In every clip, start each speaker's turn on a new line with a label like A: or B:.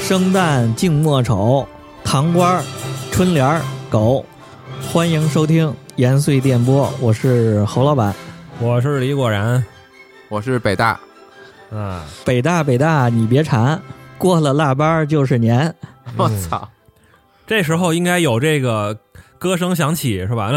A: 生旦净末丑，糖官儿、春联儿、狗。欢迎收听延绥电波，我是侯老板。
B: 我是李果然
C: 我是北大，
B: 啊，
A: 北大北大，你别馋，过了腊八儿就是年。
C: 我操，
B: 这时候应该有这个歌声响起， 是吧？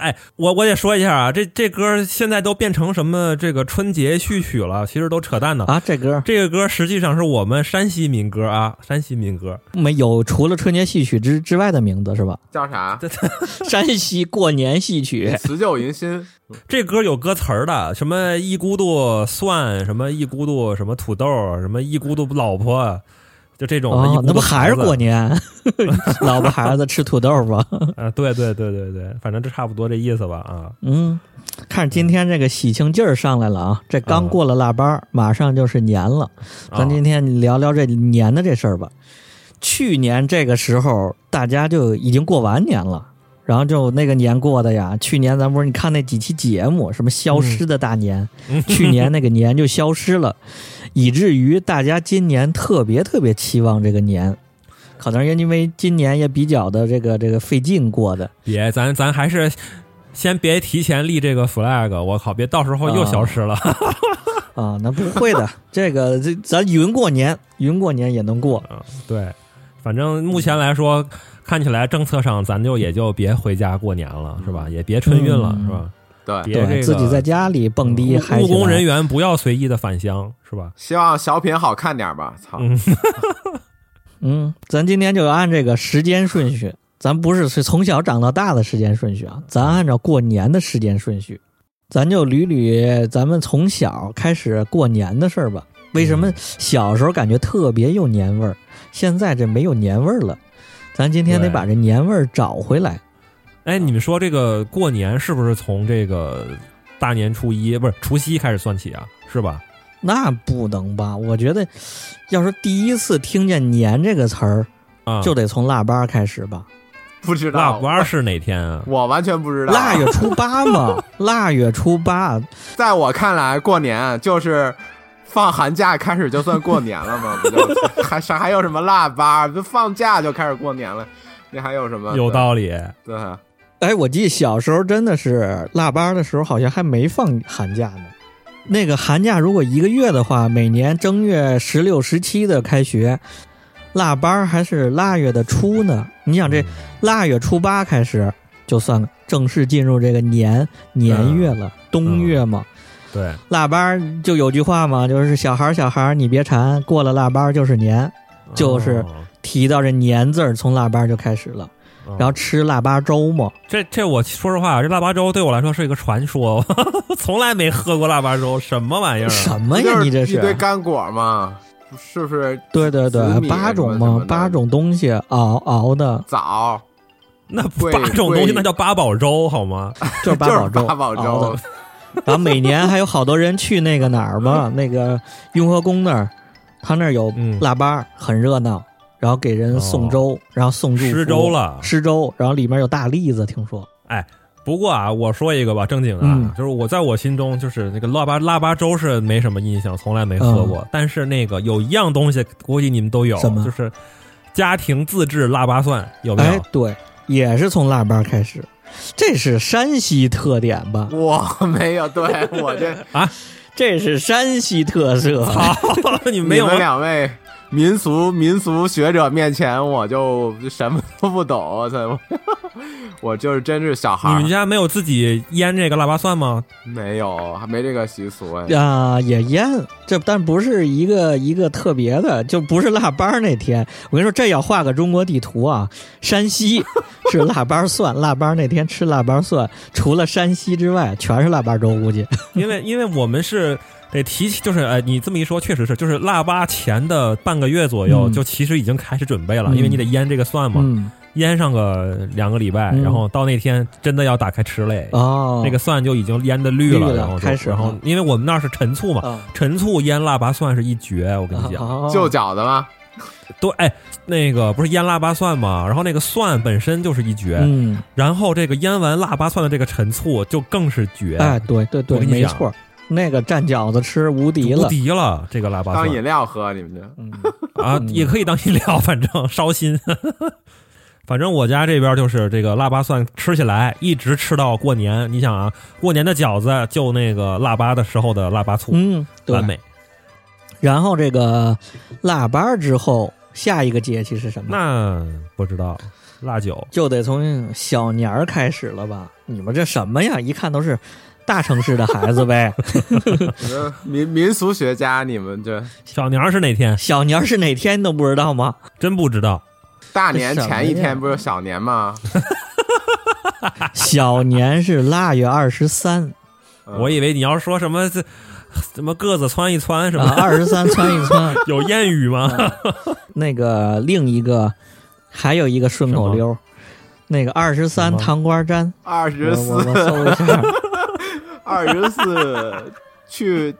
B: 哎，我我得说一下啊，这这歌现在都变成什么这个春节序曲了，其实都扯淡的。
A: 啊，这歌
B: 这个歌实际上是我们山西民歌啊，山西民歌。
A: 没有除了春节戏曲之之外的名字是吧？
C: 叫啥？
A: 山西过年戏曲，
C: 辞旧迎新，
B: 这歌有歌词儿的，什么一咕嘟蒜，什么一咕嘟什么土豆，什么一咕嘟老婆，就这种的。一
A: 哦
B: 咕，嘟
A: 那不还是
B: 孩子
A: 过年？ 老婆孩子吃土豆吗？
B: 啊，对对对对对，反正这差不多这意思吧啊。
A: 嗯，看今天这个喜庆劲儿上来了啊！这刚
B: 啊
A: 过了腊八儿，马上就是年了。
B: 啊
A: 咱今天聊聊这年的这事儿吧。去年这个时候，大家就已经过完年了，然后就那个年过的呀。去年咱不是你看那几期节目，什么消失的大年，
B: 嗯
A: 去年那个年就消失 了，以至于大家今年特别特别期望这个年。可能也因为今年也比较的这个这个费劲过的，
B: 别，咱咱还是先别提前立这个 flag，我靠，别到时候又消失了。
A: 啊，那不会的，这个这咱云过年，云过年也能过。
B: 啊对，反正目前来说，看起来政策上咱就也就别回家过年了，是吧？也别春运了，
A: 嗯
B: 是吧？
C: 对，
B: 别这个嗯
A: 自己在家里蹦迪嗨
B: 务
A: 起
B: 工
A: 来
B: 人员不要随意的返乡，是吧？
C: 希望小品好看点吧。操，
B: 嗯
A: 嗯，咱今天就按这个时间顺序，咱不是是从小长到大的时间顺序啊，咱按照过年的时间顺序，咱就捋捋咱们从小开始过年的事儿吧。为什么小时候感觉特别有年味儿，现在这没有年味儿了？咱今天得
B: 对
A: 把这年味儿找回来。
B: 哎，你们说这个过年是不是从这个大年初一不是除夕开始算起啊？是吧？
A: 那不能吧？我觉得，要是第一次听见“年”这个词儿，
B: 啊，
A: 就得从腊八开始吧。
C: 不知
B: 腊
C: 道，
B: 八是哪天啊？
C: 我完全不知道。
A: 腊月初八嘛，腊月初八，
C: 在我看来，过年就是放寒假开始就算过年 了嘛，不就还啥还有什么腊八？就放假就开始过年了，那还有什么？
B: 有道理。
C: 对，对
A: 哎，我记得小时候真的是腊八的时候，好像还没放寒假呢。那个寒假如果一个月的话，每年正月十六、十七的开学，腊八还是腊月的初呢。你想这
C: 嗯
A: 腊月初八开始，就算正式进入这个年年
C: 嗯
A: 月了，冬月嘛。
B: 对，
A: 腊八就有句话嘛，就是小孩儿小孩儿你别馋，过了腊八就是年。就是提到这年字儿，从腊八就开始了，
B: 然
A: 然后吃腊八粥嘛。
B: 这这我说实话，这腊八粥对我来说是一个传说，我 从来没喝过腊八粥，什么玩意儿啊？
A: 什么
C: 嗯就
A: 呀？
C: 是
A: 你这
C: 一堆
A: 是？
C: 干果嘛，是不是？
A: 对对
C: 紫
A: 对，
C: 米
A: 八种
C: 什么什么
A: 嘛，
C: 的
A: 八种东西熬熬 的，
C: 枣
B: 那
C: 贵
B: 八种东西
C: 贵
B: 那叫八宝粥好吗？
A: 就是八
C: 就是
A: 宝粥，
C: 八宝
A: 熬
C: 粥
A: 的。然后每年还有好多人去那个哪儿 嘛，那个雍和宫那儿，他那儿有
B: 嗯
A: 腊八，很热闹，然后给人送
C: 哦
A: 粥，然后送祝福
B: 吃粥，了。
A: 施粥，然后里面有大栗子，听说
B: 不过啊，我说一个吧，正经的啊，
A: 嗯
B: 就是我在我心中，就是那个腊八腊八粥是没什么印象，从来没喝过。但是那个有一样东西，估计你们都有
A: 嗯什么，
B: 就是家庭自制腊八蒜，有没有？
A: 哎，对，也是从腊八开始，这是山西特点吧？
C: 我没有，对我这
A: 这是山西特色。
B: 好， 你们没
C: 你
B: 有 啊
C: 们
B: 吗？
C: 两位民俗民俗学者面前，我就什么都不懂，我操！ 我就是真是小孩
B: 你们
C: 儿，
B: 家没有自己腌这个腊八蒜吗？
C: 没有，还没这个习俗哎。
A: 啊、也腌，这但不是一个一个特别的，就不是腊八那天。我跟你说，这要画个中国地图啊，山 西是腊八蒜，腊八那天吃腊八蒜，除了山西之外，全是腊八粥，估计。
B: 因为因为我们是得提起，就是呃，你这么一说，确实是，就是腊八前的半个月左右，
A: 嗯
B: 就其实已经开始准备了，
A: 嗯
B: 因为你得腌这个蒜嘛，
A: 嗯，
B: 腌上个两个礼拜，
A: 嗯
B: 然后到那天真的要打开吃嘞，
A: 哦，
B: 那个蒜就已经腌的绿
A: 绿了
B: 然后就
A: 开始
B: 然后
A: 了
B: 因为我们那儿是陈醋嘛，
A: 啊，
B: 陈醋腌腊八蒜是一绝，我跟你讲，
A: 哦
C: 就饺子吗？
B: 都哎那个不是腌腊八蒜嘛，然后那个蒜本身就是一绝，
A: 嗯，
B: 然后这个腌完腊八蒜的这个陈醋就更是绝，
A: 哎，对对对，
B: 我跟你
A: 没
B: 讲
A: 错，那个蘸饺子吃无敌
B: 无
A: 了。
B: 敌了，这个腊八
C: 当饮
B: 蒜
C: 料喝，你们这
A: 嗯，
B: 啊，也可以当饮料，反正烧心。 反正我家这边就是这个腊八蒜吃起来，一直吃到过年。你想啊，过年的饺子就那个腊八的时候的腊八醋，
A: 嗯，对
B: 完。美。
A: 然后这个腊八儿之后，下一个节气是什么？
B: 那不知道腊酒
A: 就得从小年儿开始了吧？你们这什么呀？一看都是大城市的孩子呗。
C: 呃 民民俗学家，你们这
B: 小年儿是哪天？
A: 小年儿是哪天都不知道吗？
B: 真不知道。
C: 大年
A: 这什么
C: 前一
A: 呀
C: 天不是小年吗？
A: 小年是腊月二十三
C: 嗯
B: 我以为你要说什么这什么个子窜一窜什
A: 啊
B: 么，
A: 二十三窜一窜。
B: 有谚语吗？
A: 那个另一个，还有一个顺口溜儿，那个二十
B: 什
A: 三
B: 么
A: 糖瓜粘。
C: 二
A: 我
C: 十
A: 我
C: 四
A: 我搜一下。
C: 二十 四去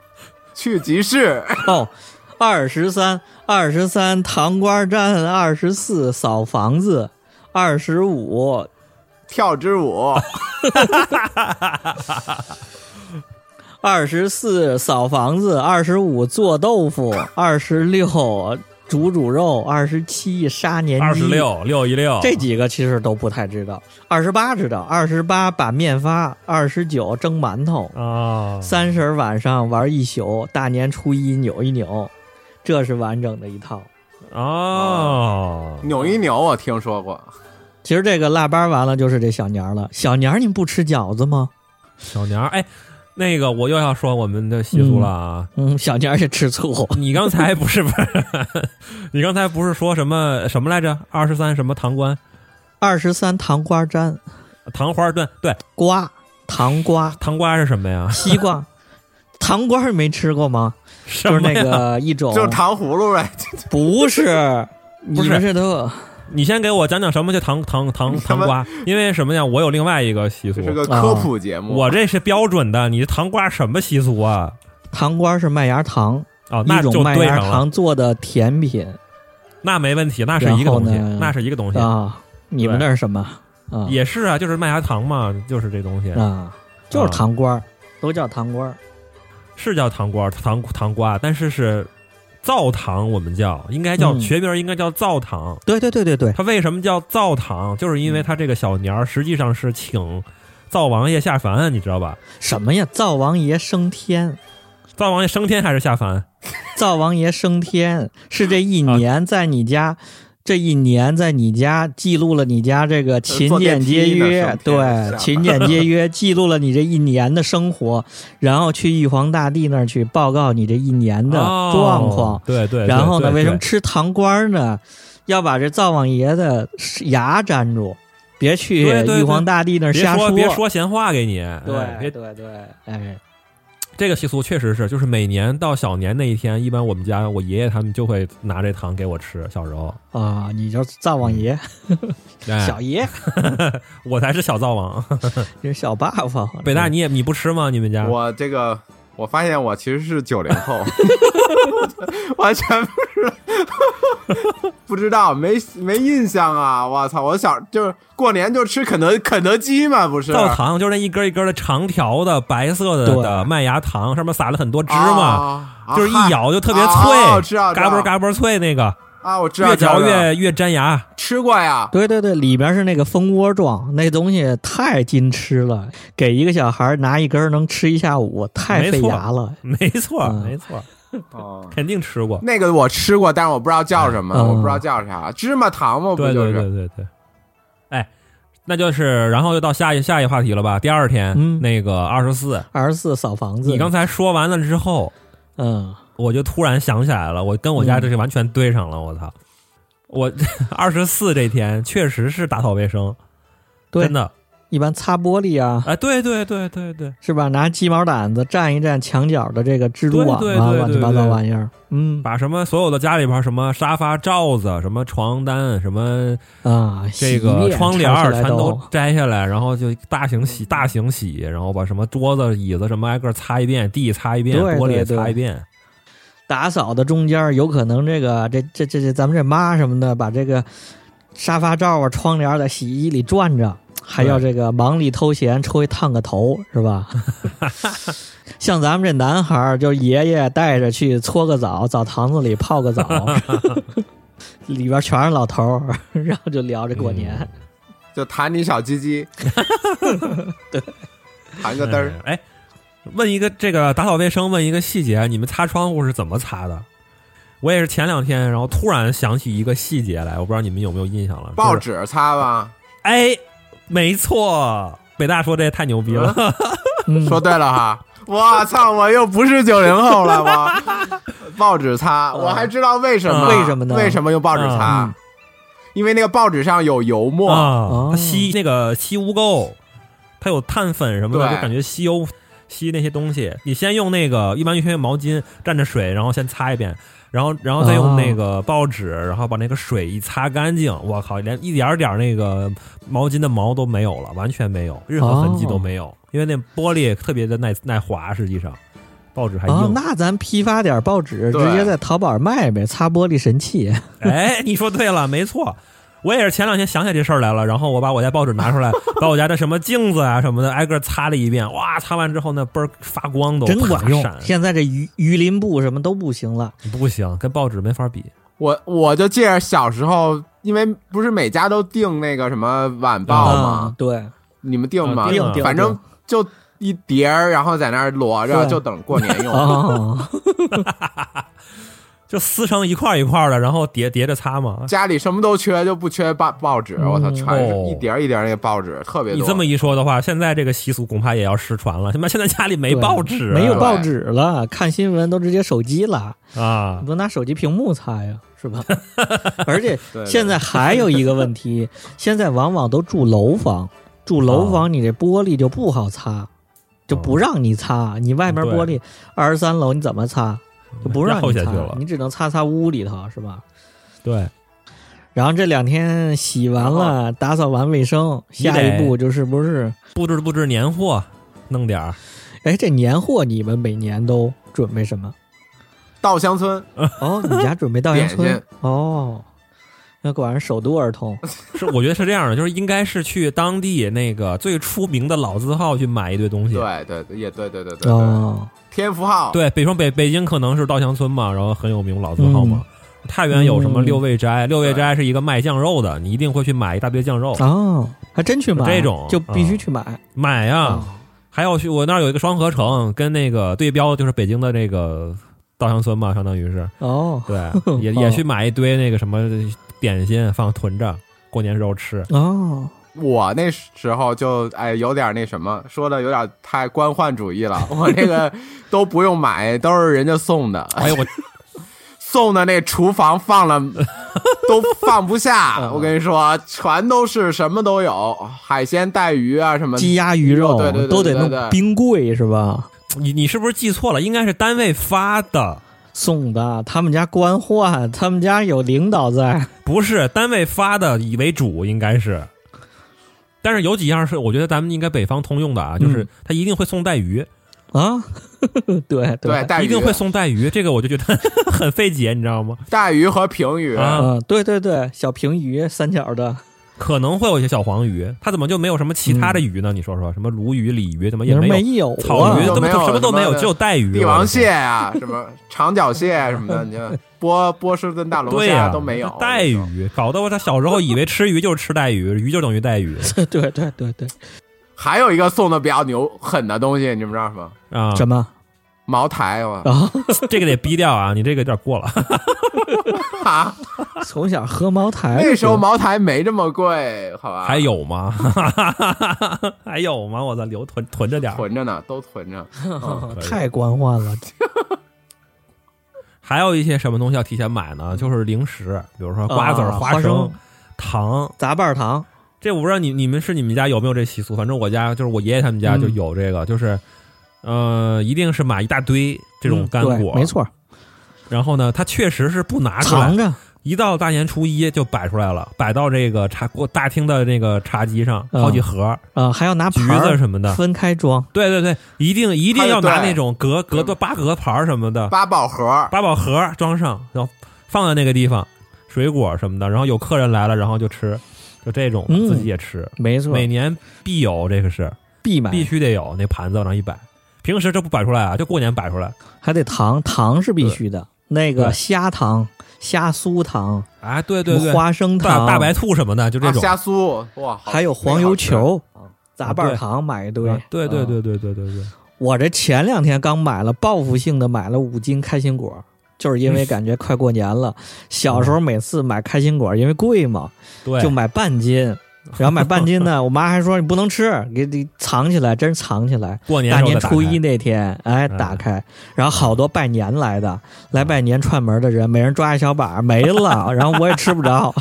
C: 去集市，
A: 哦，二十三，二十三糖瓜粘，二十四扫房子，二十五，
C: 跳支舞，
A: 二十四扫房子，二十五做豆腐，二十六煮煮肉，二十七杀年
B: 二
A: 鸡
B: 十。六六一六，
A: 哎这几个其实都不太知道，二十八知道，二十八擀面发，二十九蒸馒头，
B: 啊，
A: 三十晚上玩一宿，大年初一扭一扭，这是完整的一套。啊
B: 哦，
C: 扭一扭，我听说过。
A: 其实这个腊八完了就是这小年儿了。小年儿你不吃饺子吗？
B: 小年儿，哎，那个我又要说我们的习俗了啊！
A: 嗯，小年儿是吃醋。
B: 你刚才不是不是， 你刚才不是说什么什么来着？二十三什么糖官
A: 二十三糖瓜粘
B: 糖花炖对
A: 瓜，糖瓜、
B: 糖瓜是什么呀？
A: 西瓜，糖瓜儿没吃过吗？
B: 什
A: 就是
B: 么
A: 那
B: 呀？
A: 个一种，
C: 就是糖葫芦呗，
A: 不是，你
B: 是
A: 们这都
B: 你先给我讲讲什么叫糖糖糖糖瓜，因为什么呀？我有另外一个习俗
C: 这，是个科普节目。
B: 我这是标准的。你糖瓜什么习俗啊？
A: 糖瓜是麦芽糖，
B: 哦，那
A: 一
B: 就
A: 种麦
B: 对
A: 芽
B: 上了，
A: 糖做的甜品
B: 那没问题，那是一个
A: 然后
B: 东西
A: 呢，
B: 那是一个东西，
A: 啊。你们那是什么啊？
B: 也是啊，就是麦芽糖嘛，就是这东西，
A: 啊，就是糖瓜儿，都叫糖瓜儿。
B: 是叫糖瓜糖糖瓜，但是是灶糖，我们叫应该叫
A: 嗯
B: 学名应该叫灶糖。
A: 对对对对对，
B: 它为什么叫灶糖？就是
A: 嗯
B: 因为它这个小年儿实际上是请灶王爷下凡，你知道吧？
A: 什么呀？灶王爷升天。
B: 灶王爷升天还是下凡？
A: 灶王爷升天是这一年在你家， 这一年在你家记录了你家这个勤俭节约，
B: 呃
C: 坐
A: 对
B: 啊
C: 电梯呢升天下，
A: 勤俭节约记录了你这一年的生活，然后去玉皇大帝那儿去报告你这一年的
B: 哦
A: 状况。
B: 对对。对
A: 然后呢，
B: 对
A: 为什么
B: 对
A: 吃糖瓜呢？要把这灶王爷的牙粘住，别去
B: 对对对
A: 玉皇大帝那儿
B: 别
A: 瞎
B: 说别说闲话给你？哎
A: 对
B: 别
A: 对对，哎，
B: 这个习俗确实是，就是每年到小年那一天，一般我们家我爷爷他们就会拿这糖给我吃。小时候，
A: 啊，你就是灶王爷，
B: 哎、
A: 小爷，
B: 我才是小灶王。
A: 你是小霸王。
B: 北大你也你不吃吗？你们家
C: 我这个，我发现我其实是九零 后，完全不是不知道，没没印象啊！我操，我小就是过年就吃肯德肯德基嘛，不是
B: 灶糖就是那一根一根的长条的白色的
A: 对
B: 的麦芽糖，上面撒了很多芝麻，
C: 啊啊
B: 就是一咬就特别
C: 啊
B: 脆，
C: 知道知道
B: 嘎嘣嘎嘣脆那个，
C: 啊！我知道，
B: 越嚼
C: 知道
B: 越越粘牙。
C: 吃过 呀，
A: 对对对，里边是那个蜂窝状，那东西太矜吃了，给一个小孩拿一根儿能吃一下午，太费牙了。
B: 没错，
A: 嗯
B: 没错，
C: 哦
B: 肯定吃过。
C: 那个我吃过，但是我不知道叫什么，
A: 嗯
C: 我不知道叫啥，芝麻糖嘛，不
B: 对
C: 就
B: 对
C: 是？
B: 对对对，哎，那就是然后就到下一下一话题了吧？第二天，
A: 嗯
B: 那个二十四，
A: 二十四扫房子，
B: 你刚才说完了之后，
A: 嗯，
B: 我就突然想起来了，我跟我家这是完全对上了，我操！我二十四这天确实是打扫卫生，
A: 对
B: 真的，
A: 一般擦玻璃啊，
B: 哎，对对对对对，
A: 是吧？拿鸡毛掸子蘸一蘸墙角的这个蜘蛛网
B: 对对
A: 啊，
B: 对对
A: 乱七八糟
B: 对
A: 玩意儿。嗯
B: 把什么所有的家里边什么沙发罩子、什么床单、什么
A: 啊，
B: 这
A: 洗衣
B: 个
A: 液
B: 窗帘
A: 拆
B: 儿
A: 下
B: 全
A: 来
B: 都摘下来，然后就大型洗、大型洗，然后把什么桌子、椅子什么挨个擦一遍，地擦一遍，
A: 对
B: 玻璃也
A: 对对
B: 擦一遍，
A: 打扫的中间儿有可能这个这这这这咱们这妈什么的把这个沙发罩啊窗帘儿在洗衣机里转着，还要这个忙里偷闲，出去烫个头是吧？ 像咱们这男孩儿，就是爷爷带着去搓个澡，澡堂子里泡个澡，里边全是老头儿， 然后就聊着过年。
C: 就弹你小 鸡鸡，对，弹个嘚儿。
B: 哎，问一个这个打扫卫生，问一个细节，你们擦窗户是怎么擦的？我也是前两天，然后突然想起一个细节来，我不知道你们有没有印象了。就是
C: 报纸擦吧，
B: 哎，没错，北大说这也太牛逼
A: 啊
B: 了。
A: 嗯
C: 说对了哈。我操！我又不是九零后了，我报纸擦，我还知道为什么？
A: 为什么呢
C: 为什么用报纸擦？因为那个报纸上有油墨，
B: 啊
A: 哦，
B: 它吸那个吸污垢，它有碳粉什么的，
C: 对
B: 就感觉吸油吸那些东西。你先用那个一般用毛巾蘸着水，然后先擦一遍，然后然后再用那个报纸，然后把那个水一擦干净。我靠，连一点儿点儿那个毛巾的毛都没有了，完全没有，任何痕迹都没有，因为那玻璃特别的耐耐滑，实际上报纸还硬。
A: 哦，那咱批发点报纸，
C: 对
A: 直接在淘宝上卖呗，擦玻璃神器。
B: 哎，你说对了，没错。我也是前两天想起这事儿来了，然后我把我家报纸拿 出来，把我家的什么镜子啊什么的挨个擦了一遍。哇，擦完之后那倍儿发光都，
A: 真
B: 啪
A: 管用
B: 闪！
A: 现在这鱼鱼鳞布什么都不行了，
B: 不行，跟报纸没法比。
C: 我我就记着小时候，因为不是每家都订那个什么晚报
A: 啊，
C: 吗？
A: 对，
C: 你们订吗
B: 啊？
A: 定
B: 啊
A: 定，
C: 反正就一叠儿，然后在那儿摞着，
A: 对
C: 就等过年用。
A: 哦，
B: 就撕成一块儿一块儿的，然后叠叠着擦嘛。
C: 家里什么都缺，就不缺报报纸。我操，全是
B: 哦
C: 一叠儿一叠儿那个报纸，特别
B: 你
C: 多。
B: 这么一说的话，现在这个习俗恐怕也要失传 了。他妈现在家里没
A: 对
B: 报纸 啊，
A: 没有报纸了，看新闻都直接手机了，
B: 啊
A: 你，不拿手机屏幕擦呀，是吧？ 而且
C: 对对
A: 现在还有一个问题，现在往往都住楼房，住楼房你这玻璃就不好擦，就不让你擦，你外面
B: 对嗯
A: 玻璃二十三楼你怎么擦？就不让
B: 绕
A: 你
B: 下去
A: 擦
B: 了，
A: 你只能擦擦屋里头，是吧？
B: 对，
A: 然后这两天洗完了，打扫完卫生，下一步就是不是？
B: 布置布置年货，弄点儿。
A: 哎，这年货你们每年都准备什么？
C: 稻香村
A: 哦，你家准备稻香
C: 点
A: 村
C: 心
A: 哦，那果然首都儿童。
B: 是，我觉得是这样的，就是应该是去当地那个最出名的老字号去买一堆东西。
C: 对对对也对对 对对对，
A: 哦，
C: 天福号
B: 对，比如说北北京可能是稻香村嘛，然后很有名老字号嘛。太原有什么
A: 嗯
B: 六味斋？六味斋是一个卖酱肉的，你一定会去买一大堆酱肉，
A: 哦，还真去买
B: 这种
A: 就必须
B: 嗯
A: 去买
B: 买呀、
A: 啊
B: 还要去我那儿有一个双河城，跟那个对标就是北京的这个稻香村嘛，相当于是
A: 哦
B: 对，也
A: 哦
B: 也去买一堆那个什么点心放囤着，过年时候吃。
A: 哦，
C: 我那时候就哎有点那什么，说的有点太官宦主 义了。我那个都不用买，都是人家送的，
B: 哎呦我
C: 送的那厨房 放了都放不下。
A: 嗯
C: 我跟你说，全都是什么都有，海鲜、带鱼啊什么。
A: 鸡鸭鱼肉
C: 对对对对
A: 都得
C: 对对
A: 弄冰柜是吧？
B: 你你是不是记错了？应该是单位发的。
A: 送的，他们家官宦，他们家有领导在，
B: 不是单位发的以为主，应该是。但是有几样是我觉得咱们应该北方通用的
C: 嗯
B: 啊，就是他一定会送带鱼，
A: 啊， 对
C: 对，带
B: 一
C: 鱼啊
B: 定会送带鱼，这个我就觉得 很费解，你知道吗？
C: 带鱼和平鱼，
B: 啊
A: 嗯，对对对，小平鱼三角的，
B: 可能会有一些小黄鱼，它怎么就没有什么其他的鱼呢？你说说，什么鲈鱼、鲤鱼，怎么也
A: 人
B: 没有？
A: 有
B: 草
A: 啊
B: 鱼
C: 就
B: 怎么
C: 没有
B: 什么都没
C: 什
B: 有，
C: 么
B: 只有带鱼。
C: 帝王蟹啊，什么长脚蟹啊 什么的，你看波波士顿大龙
B: 对呀
C: 虾都没有。
B: 带鱼，搞得我他小时候以为吃鱼就是吃带鱼，鱼就等于带鱼
A: 对对对对对，
C: 还有一个送的比较牛狠的东西，你们知道吗？
B: 啊。
A: 什么
C: 茅台我
A: 啊？
B: 这个得逼掉啊，你这个有点过了。
C: 啊，
A: 从小喝茅台，
C: 那时候茅台没这么贵，好
A: 啊
C: 吧？
B: 还有吗？ 还有吗？我操，留囤囤
A: 啊
B: 着点儿。
C: 囤着呢，都囤着。 嗯
B: 哎
A: 太官宦了，
B: 还有一些什么东西要提前买呢？就是零食，比如说瓜子儿、
A: 嗯啊
B: 花
A: 花生
B: 糖。
A: 杂拌糖
B: 这我不知道你你们是你们家有没有这习俗，反正我家就是我爷爷他们家
A: 嗯
B: 就有这个，就是呃，一定是买一大堆这种
A: 嗯
B: 干
A: 对
B: 果，
A: 没。错，
B: 然后呢，他确实是不拿出来
A: 藏，
B: 嗯
A: 着
B: 一到大年初一就摆出来了，摆到这个茶锅大厅的那个茶几上，
A: 嗯
B: 好几盒
A: 啊，还要拿
B: 橘
A: 盘儿
B: 子什么的。
A: 分开装，
B: 对对对，一定一定要拿
C: 对
B: 那种隔隔的八格盘儿什么的，
C: 八宝盒，
B: 八宝盒装上，然后放在那个地方，水果什么的，然后有客人来了，然后就吃，就这种
A: 嗯
B: 自己也吃，
A: 没错，
B: 每年必有这个是
A: 必买
B: 必须得有，那盘子往上一摆，平时这不摆出来啊，就过年摆出来。
A: 还得糖，糖是必须的。那个
B: 对
A: 虾糖、虾酥糖、
B: 哎，对对
A: 什
B: 对
A: 么，花生
B: 大
A: 糖、
B: 大白兔什么的，就这
C: 啊
B: 种。
C: 虾酥哇，好
A: 还有黄油，球、杂
B: 啊
A: 拌
B: 对
A: 糖买一堆。
B: 啊对对
A: 嗯
B: 对对对对对，
A: 我这前两天刚买了，报复性的买了五斤开心果，就是因为
B: 嗯
A: 感觉快过年了。小时候每次买开心果，因为贵嘛，
B: 对，
A: 就买半斤。 然后买半斤呢，我妈还说你不能吃，给你藏起来，真藏起来。
B: 过年
A: 大
B: 时候
A: 年
B: 再打
A: 初
B: 开
A: 一那天，哎，
B: 嗯
A: 打开，然后好多拜年来的，来拜年串门的人，每人抓一小把，没 了，然后我也吃不着。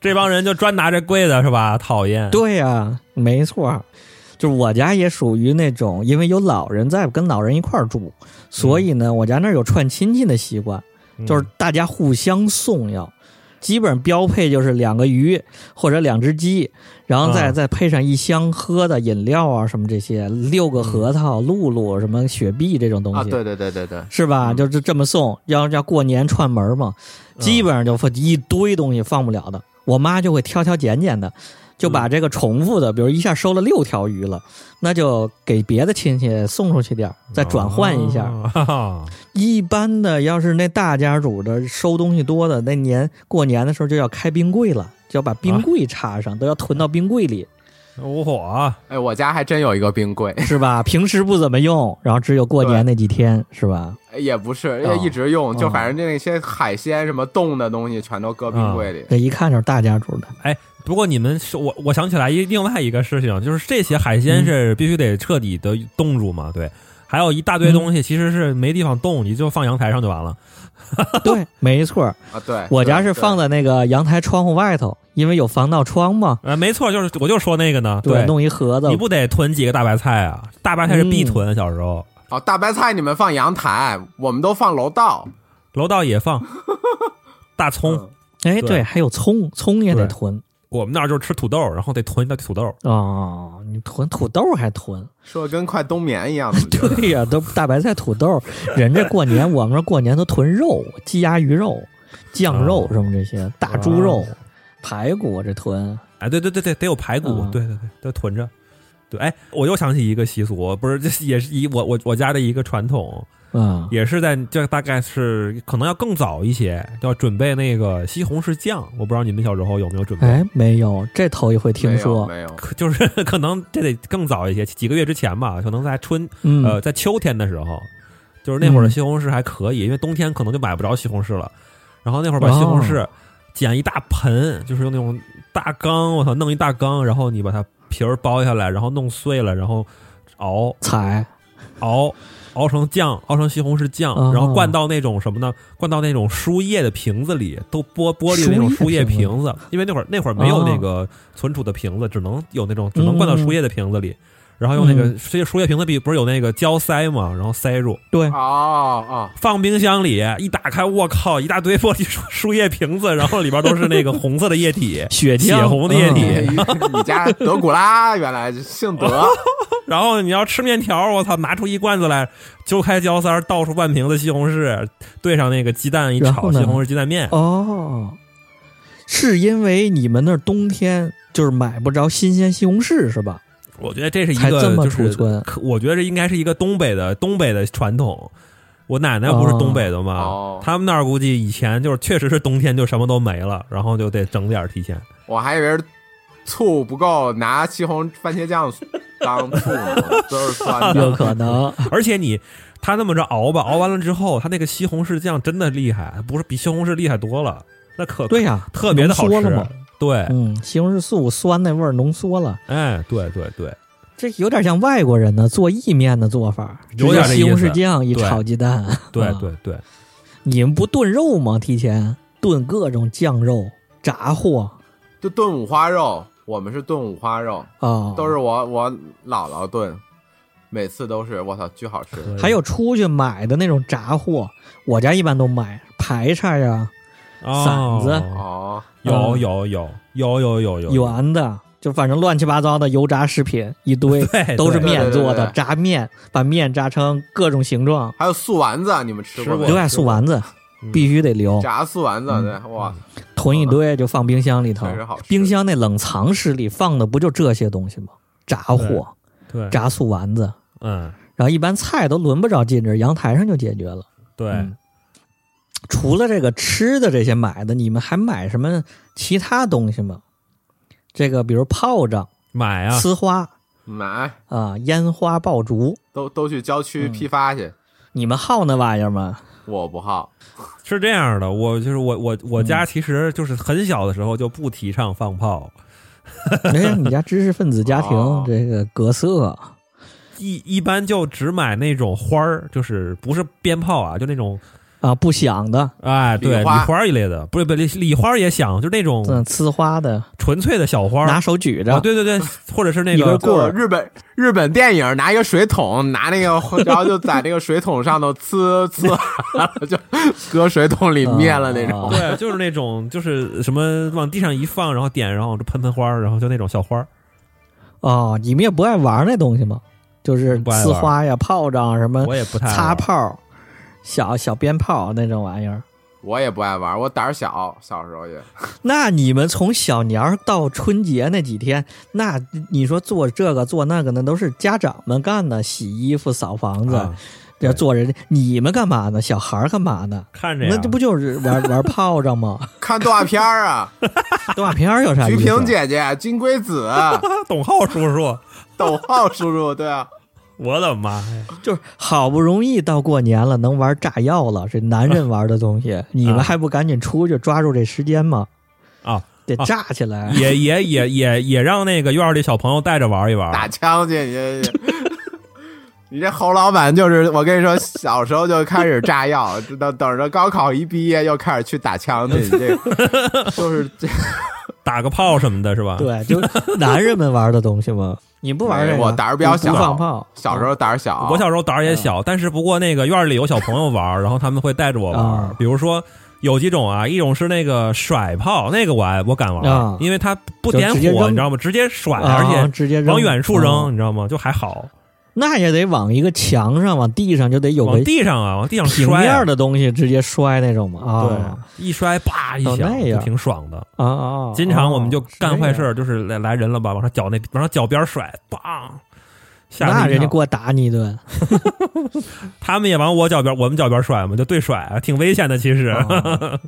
B: 这帮人就专拿这贵的是吧？讨厌。
A: 对呀、没错，就是我家也属于那种，因为有老人在，跟老人一块儿住，所以呢，我家那儿有串亲戚的习惯，
B: 嗯，
A: 就是大家互相送要。基本标配就是两个鱼或者两只鸡，然后再、
B: 啊
A: 再配上一箱喝的饮料啊什么这些，六个核桃、露露什么雪碧这种东
C: 好
A: 西，
C: 啊，对对对对对，
A: 是吧？
C: 嗯
A: 就是这么送，要要过年串门嘛，基本上就放一堆东西放不了的。我妈就会挑挑拣拣的，就把这个重复的，比如一下收了六条鱼了，那就给别的亲戚送出去点儿，再转换一下。
B: 哦
A: 一般的，要是那大家主的收东西多的，那年过年的时候就要开冰柜了，就要把冰柜插上，都要囤到冰柜里，
B: 无火，啊
C: 哎，我家还真有一个冰柜，
A: 是 吧？平时不怎么用，然后只有过年那几天，是吧？
C: 哎也不是，
A: 哦
C: 也一直用，就
A: 哦
C: 反正那些海鲜什么冻的东西全都搁冰柜里。
A: 这一看就是大家主 的，
B: 哎不过你们是我，我想起来一另外一个事情，就是这些海
A: 嗯
B: 鲜是必须得彻底的冻住嘛，对。还有一大堆东
A: 嗯
B: 西其实是没地方冻，你就放阳台上就完了。
A: 对，没错儿。
C: 啊，对，
A: 我家
C: 对
A: 是放，在那个阳台窗户外头，因为有防盗窗嘛。
B: 呃，没错，就是我就说那个呢，
A: 对，弄一嗯盒子
B: 你，不得囤几个大白菜啊？大白菜是必囤，小时候
C: 对哦，大白菜你们放阳台，我们都放楼道。
B: 楼道也 放大葱，
C: 嗯
A: 哎，
B: 对
A: 对，还有葱，葱也得
B: 对
A: 囤
B: 我们那儿就是吃土豆，然后得囤一大堆土豆。
A: 哦。你囤土豆还囤？
C: 说的跟快冬眠一样，怎么觉 得
A: 对呀，都大白菜、土豆。人这过年，我们这过年都囤肉，鸡鸭鱼肉、酱肉什么这些，大猪肉、排骨这囤。
B: 哎，对对对对，得有排骨，
A: 嗯
B: 对对对，都囤着。对，哎，我又想起一个习俗，不是，这是也是一我我我家的一个传统，
A: 嗯，
B: 也是在这大概是可能要更早一些，要准备那个西红柿酱。我不知道你们小时候有没有准备，
A: 哎，没有，这头一回听说。
C: 没有没有，
B: 可 就是可能这得更早一些，几个月之前吧，可能在春呃
A: 嗯，
B: 在秋天的时候，就是那会儿的
A: 嗯哦
B: 西红柿还可以，因为冬天可能就买不着西红柿了。然后那会儿把西红柿捡一大盆，就是用那种大缸，我操，弄一大缸，然后你把它皮儿剥下来，然后弄碎了，然后熬
A: 采
B: 熬熬成酱，熬成西红柿酱，
A: 哦
B: 然后灌到那种什么呢？灌到那种输液的瓶子里，都玻玻璃的那种
A: 输
B: 输
A: 液
B: 液
A: 瓶
B: 瓶子，因为那会儿那会儿没有
A: 哦
B: 那个存储的瓶子，只能有那种只能灌
A: 嗯
B: 到输液的瓶子里，然后用那个输液输液瓶子里不是有那个胶塞嘛，然后塞入，
A: 对，
C: 哦哦，
B: 放冰箱里，一打开，我靠，一大堆玻璃输 输液瓶子，然后里边都是那个红色的液体。
A: 血
B: 血
A: 浆
B: 红的液体
A: 嗯
C: 你 你家德古拉原来姓 德，
B: 然后你要吃面条，我操，拿出一罐子来，揪开胶塞儿，倒出半瓶子西红柿，兑上那个鸡蛋一
A: 然
B: 炒
A: 后，呢
B: 西红柿鸡蛋面。
A: 哦，是因为你们那儿冬天就是买不着新鲜西红柿是吧？
B: 我觉得这是一
A: 才
B: 个
A: 这么
B: 就
A: 储
B: 是
A: 存
B: 可，我觉得这应该是一个东北的东北的传统。我奶奶不是东北的嘛，
C: 哦
B: 他们那儿估计以前就是确实是冬天就什么都没了，然后就得整点儿提前。
A: 啊
C: 我还以为是醋不够，拿西红番茄酱 当醋呢，都是酸
A: 有
C: 的。
A: 可能，
B: 而且你他那么着熬吧，熬完了之后，他那个西红柿酱真的厉害，不是比西红柿厉害多了，那可
A: 对呀、
B: 特别的好
A: 浓缩了
B: 吃哎
A: 嘛。
B: 对，
A: 嗯，西红柿素酸那味儿浓缩了，
B: 哎，对对对，
A: 这有点像外国人呢做意面的做法，
B: 有点这
A: 直接西
B: 意
A: 红
B: 思
A: 柿酱一
B: 对
A: 炒鸡蛋。
B: 对
A: 啊
B: 对对，
A: 你们不炖肉吗？提前炖各种酱肉、炸货
C: 就炖五花肉，我们是炖五花肉，
A: 啊，
C: 都是。我我姥姥炖，每次都是我操，巨好吃。
A: 还有出去买的那种炸货，我家一般都买排叉呀、
B: 哦
A: 馓子
C: 哦，
B: 有
A: 嗯啊
B: 有有有有有有有，
A: 圆的，就反正乱七八糟的油炸食品一堆，
B: 对，
A: 都是
B: 对
A: 面做的
C: 对对对对
A: 炸面，把面炸成各种形状。
C: 还有素丸子，你们吃过
B: 吃
C: 吗
B: 过
A: 留？爱素丸子
B: 嗯
A: 必须得留，
C: 炸素丸子，对，哇，
A: 囤一堆就放冰箱里头
C: 确。实好吃。
A: 冰箱那冷藏室里放的不就这些东西吗？炸货、
B: 对，
A: 炸素丸子，
B: 嗯，
A: 然后一般菜都轮不着进这阳台上就解决了。
B: 对
A: 嗯，除了这个吃的这些买的，你们还买什么其他东西吗？这个比如炮仗、
B: 买啊，
A: 呲花
C: 买
A: 啊、烟花爆竹，
C: 都都去郊区批发去，
A: 你们好那玩意儿吗？
C: 我不好。
B: 是这样的，我就是我我
A: 嗯
B: 我家其实就是很小的时候就不提倡放炮，
A: 哎，你家知识分子家庭、
C: 哦
A: 这个格色，
B: 一一般就只买那种花儿，就是不是鞭炮啊，就那种
A: 啊，不响的，
B: 哎，对，
C: 礼
B: 礼
C: 花
B: 花儿一类的，不是不是礼花儿也响，就那
C: 哦
B: 种
A: 嗯，呲花的，
B: 纯粹的小花儿
A: 拿手举着，
B: 啊，对对对，或者是那
A: 一根
B: 个
A: 棍儿
C: 就日本日本电影拿一个水桶，拿那个，然后就在那个水桶上头呲呲，就搁水桶里面了那种。
A: 啊
B: 对，就是那种就是什么往地上一放，然后点，然后就喷喷花儿，然后就那种小花儿。
A: 哦，你们也不爱玩那东西吗？就是
B: 不爱
A: 呲
B: 玩
A: 花呀、炮仗啊什么
B: 我也不太爱
A: 擦
B: 玩
A: 炮、小小鞭炮那种玩意儿。
C: 我也不爱玩，我胆儿小，小时候也
A: 那你们从小年儿到春节那几天，那你说做这个做那个，那都是家长们干的，洗衣服、扫房子，
B: 啊
A: 要做人家。你们干嘛呢？小孩儿干嘛呢？
B: 看着呀，
A: 那这不就是玩玩炮仗吗？
C: 看动画片儿 啊，
A: 动画片儿有啥意
C: 菊
A: 思？啊
C: 萍姐姐、金龟子、
B: 董浩叔叔，
C: 逗号叔叔，对啊，
B: 我的妈呀！
A: 就是好不容易到过年了，能玩炸药了，是男人玩的东西，你们还不赶紧出去抓住这时间吗？
B: 啊，
A: 得炸起来！
B: 也也也也也让那个院儿里小朋友带着玩一
A: 啊
B: 玩。
C: 打枪去，你这。你这侯老板就是我跟你说，小时候就开始炸药，等等着高考一毕业又开始去打枪去，你这个 就是这
B: 打个炮什么的，是吧？，
A: 对，就是男人们玩的东西嘛。你不玩这
C: 没
A: 个？
C: 有我胆儿比较小
A: 不放炮。
C: 小时候胆儿
A: 啊
C: 小，啊
B: 我小时候胆儿
A: 嗯
B: 也小，但是不过那个院儿里有小朋友 玩儿，然后他们会带着我玩儿
A: 啊。
B: 比如说有几种啊，一种是那个甩炮，那个我爱我敢玩儿
A: 啊，
B: 因为它不点
A: 就直接
B: 火，
A: 扔
B: 你知道吗？直接甩，
A: 啊
B: 而且
A: 直接扔
B: 往远处
A: 啊
B: 扔，你知道吗？就还好，
A: 那也得往一个墙上、往地上就得有
B: 往
A: 个
B: 地上啊，往地上
A: 平
B: 摔啊
A: 面，的东西直接摔那种嘛。啊
B: 对，一摔啪一
A: 哦那
B: 响，就
A: 样
B: 挺爽的。
A: 啊啊！
B: 经常我们就干坏事
A: 儿，
B: 儿，就是来来人了吧，往他脚那往他脚边儿甩，梆，吓
A: 那
B: 一
A: 人家
B: 跳
A: 过来打你一顿。
B: 他们也往我脚边儿，我们脚边儿甩嘛，就对甩，啊挺危险的。其实，
A: 啊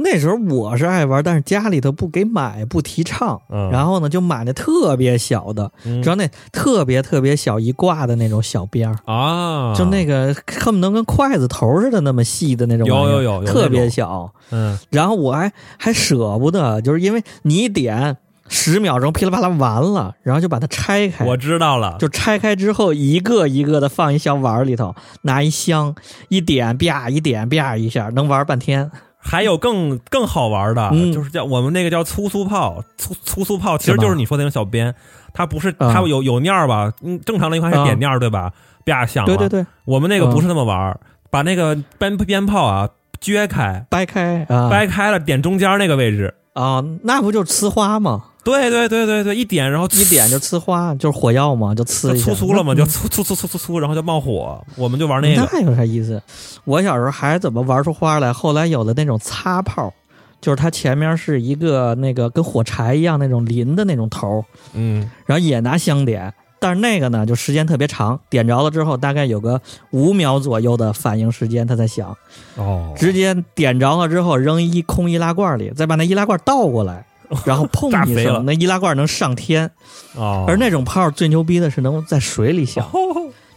A: 那时候我是爱玩，但是家里头不给买，不提倡。
B: 嗯
A: 然后呢，就买那特别小的，
B: 嗯
A: 知道那特别特别小一挂的那种小鞭儿，
B: 啊，
A: 就那个恨不得跟筷子头似的那么细的那种
B: 有
A: 玩意儿，
B: 有有有那
A: 特别
B: 种
A: 小。
B: 嗯，
A: 然后我还还舍不得，就是因为你一点十秒钟噼里啪啦完了，然后就把它拆开，
B: 我知道了，
A: 哎就拆开之后一个一个的放一小碗儿里头，拿一箱一点吧一点吧一下，能玩半天。
B: 还有更更好玩的，
A: 嗯
B: 就是叫我们那个叫粗苏炮，粗粗苏炮其
A: 是
B: 实
A: 吧
B: 就是你说的那种小鞭，它不是
A: 啊
B: 它有有念儿吧？嗯，正常的应该是
A: 啊
B: 点念儿对吧？啪响
A: 对
B: 了，
A: 对对，嗯
B: 我们那个不是那么玩儿，把那个鞭鞭炮啊撅开，
A: 掰开啊
B: 掰开了点中间那个位置，
A: 啊，那不就呲花吗？
B: 对对对对对，一点然后
A: 一点就呲 花，就是火药嘛，就呲
B: 就
A: 一下
B: 粗粗了嘛，就
A: 嗯
B: 粗粗粗粗粗粗，然后就冒火，我们就玩那个
A: 那有啥意思？我小时候还怎么玩出花来？后来有了那种擦炮，就是它前面是一个那个跟火柴一样那种淋的那种头，
B: 嗯
A: 然后也拿香点，但是那个呢就时间特别长，点着了之后大概有个五秒左右的反应时间，它才响。
B: 哦
A: 直接点着了之后扔一空易拉罐里，再把那易拉罐倒过来。然后
B: 炸
A: 砰一
B: 飞了
A: 声，那易拉罐能上天，
B: 哦，
A: 而那种炮最牛逼的是能在水里响，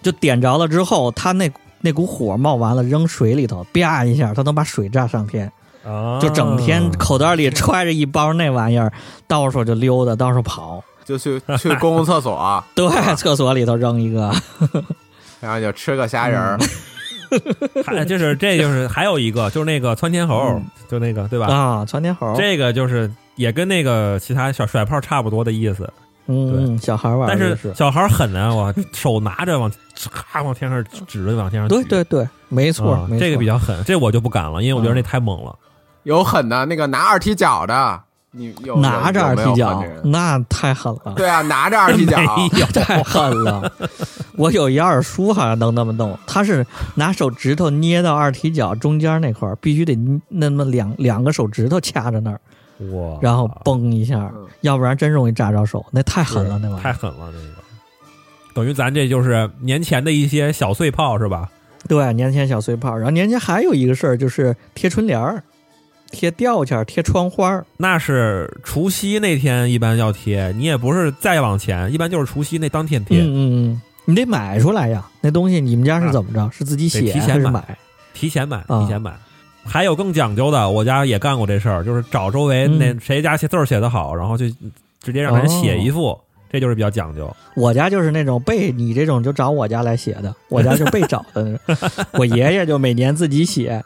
A: 就点着了之后，它那那股火冒完了，扔水里头，啪一下，它能把水炸上天，
B: 啊
A: 就整天口袋里揣着一包那玩意儿，到处就溜达，到处跑，
C: 就去去公共厕所，
A: 对，厕所里头扔一个，
C: 然后就吃个虾仁儿，
A: 嗯
B: 还哎就是这就是还有一个就是那个窜天猴，就那个对吧？
A: 嗯啊，窜天猴，
B: 这个就是也跟那个其他小甩炮差不多的意思，
A: 嗯，嗯小孩玩
B: 但
A: 的
B: 是
A: 是，
B: 小孩狠啊，我手拿着往咔往天上指着往天上举，
A: 对对对，没错
B: 啊，
A: 没错啊
B: 这个比较狠，这我就不敢了，因为我觉得那太猛了。
C: 有狠的那个拿二踢脚的，你有
A: 拿着
C: 有
A: 二
C: 没有
A: 踢脚
C: 狠的，人
A: 那太狠了，
C: 对啊，拿着 二踢脚，
B: 没 有
A: 太狠了！我有一二叔好像能那么弄，他是拿手指头捏到二踢脚中间那块儿，必须得那么两两个手指头掐着那儿，
B: 啊哇，
A: 然后嘣一下
C: 嗯，
A: 要不然真容易炸着手，那太狠了，那玩意
B: 啊太
A: 儿。
B: 狠了那个。等于咱这就是年前的一些小碎炮是吧？
A: 对，年前小碎炮。然后年前还有一个事儿就是贴春联儿、贴吊签儿、贴窗花儿。
B: 那是除夕那天一般要贴，你也不是再往前，一般就是除夕那当天贴，啊
A: 嗯嗯嗯，你得买出来呀。那东西你们家是怎么着？是自己
B: 得
A: 写
B: 提前
A: 还是
B: 买
A: 买？
B: 提前买，
A: 啊
B: 提前买。还有更讲究的，我家也干过这事儿，就是找周围
A: 嗯
B: 那谁家写字儿写得好，然后就直接让人写一
A: 哦
B: 副，这就是比较讲究。
A: 我家就是那种被你这种就找我家来写 的，我家就被找的那种。我爷爷就每年自己写。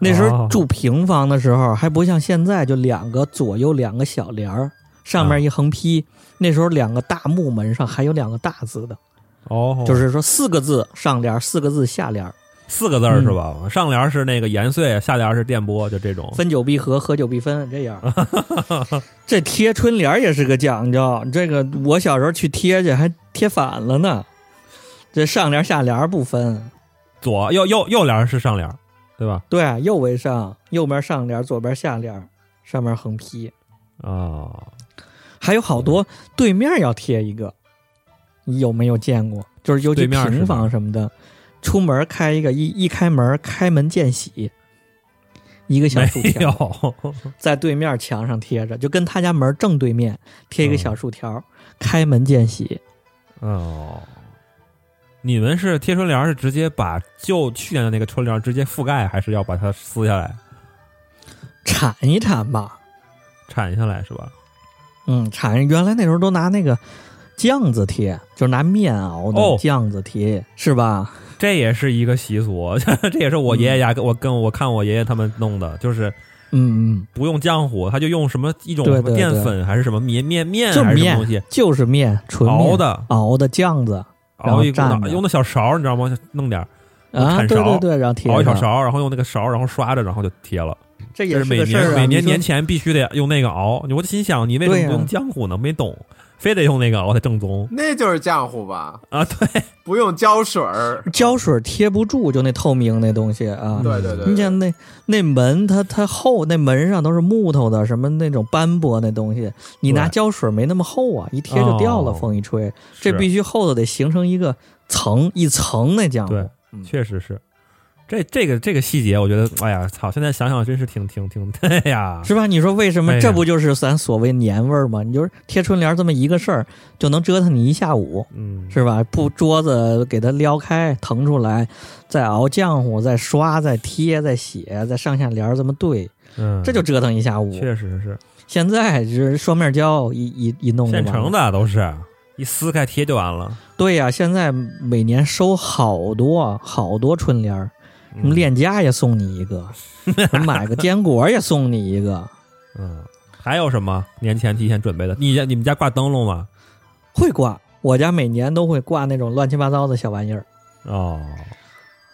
A: 那时候
B: 哦
A: 住平房的时候还不像现在，就两个左右两个小帘儿，上
B: 啊
A: 面一横批。那时候两个大木门上还有两个大字的，
B: 哦
A: 就是说四个字上联儿，四个字下联儿，
B: 四个字儿是吧？
A: 嗯
B: 上联是那个延岁，下联是电波，就这种。
A: 分久必合，合久必分，这 样。这贴春联儿也是个讲究，这个我小时候去贴去还贴反了呢，这上联儿下联儿不分。
B: 左右右右联是上联，对吧？
A: 对，啊右为上，右边上联，左边下联，上面横批，
B: 啊、
A: 还有好
B: 嗯
A: 多对面要贴一个，你有没有见过？就是尤其
B: 对面是
A: 平房什么的，出门开一个，一一开门，开门见喜，一个小竖
B: 没
A: 条
B: 有，
A: 在对面墙上贴着，就跟他家门正对面贴一个
B: 嗯
A: 小竖条，开门见喜。
B: 哦，你们是贴春联是直接把就去年的那个春联直接覆盖，还是要把它撕下来、
A: 铲一铲吧，
B: 铲下来是吧？
A: 嗯，铲原来那时候都拿那个酱子贴，就是拿面熬的
B: 哦
A: 酱子贴，是吧？
B: 这也是一个习俗， 这也是我爷爷家跟我跟我看我爷爷他们弄的，就是
A: 嗯嗯。
B: 不用浆糊，他就用什么一种
A: 对
B: 什么
A: 对
B: 淀
A: 对
B: 粉还是什么面面面
A: 就
B: 还是什
A: 面
B: 么东西
A: 就是面，纯面
B: 熬的，
A: 熬的酱子然
B: 熬
A: 后
B: 一股
A: 蘸着
B: 用那小勺儿你知道吗？弄点儿
A: 啊，
B: 铲
A: 对对
B: 哦勺
A: 对，然后贴
B: 熬一小
A: 上，
B: 勺，然后用那个勺，然后刷着，然后就贴了。
A: 这
B: 这
A: 也
B: 是每
A: 个事儿
B: 年
A: 啊。
B: 每年
A: 你
B: 年
A: 说
B: 前必须得用那个熬。我就心想，你为什么
A: 对呀
B: 不用浆糊呢？没懂，非得用那个熬才正宗
C: 那就是浆糊吧，
B: 啊！对，
C: 不用浇水儿。
A: 胶水贴不住，就那透明那东西啊。
C: 对对对，
A: 你想那那门，它它厚，那门上都是木头的，什么那种斑驳那东西，你拿
B: 对
A: 胶水没那么厚啊，一贴就掉了，
B: 哦
A: 风一吹， 这
B: 是
A: 必须厚的得形成一个层，一层那浆糊。
B: 对，确实是。这这个这个细节，我觉得，哎呀，操！现在想想真是挺挺挺， 哎呀，
A: 是吧？你说为什
B: 哎
A: 么
B: 呀
A: 这不就是咱所谓年味儿吗？你就是贴春联这么一个事儿，就能折腾你一下午。
B: 嗯，
A: 是吧？不，桌子给它撩开，腾出来，再熬浆糊，再刷，再贴，再写，再上下联儿这么对，
B: 嗯，
A: 这就折腾一下午。
B: 确实是
A: 现在就是双面胶一一一弄就
B: 现
A: 完了。
B: 成的，都是一撕开贴就完了。
A: 对呀、现在每年收好多好多春联儿，什么
B: 嗯
A: 链家也送你一个， 买个坚果也送你一个。
B: 嗯，还有什么年前提前准备的？你家你们家挂灯笼吗？
A: 会挂，我家每年都会挂那种乱七八糟的小玩意儿。
B: 哦，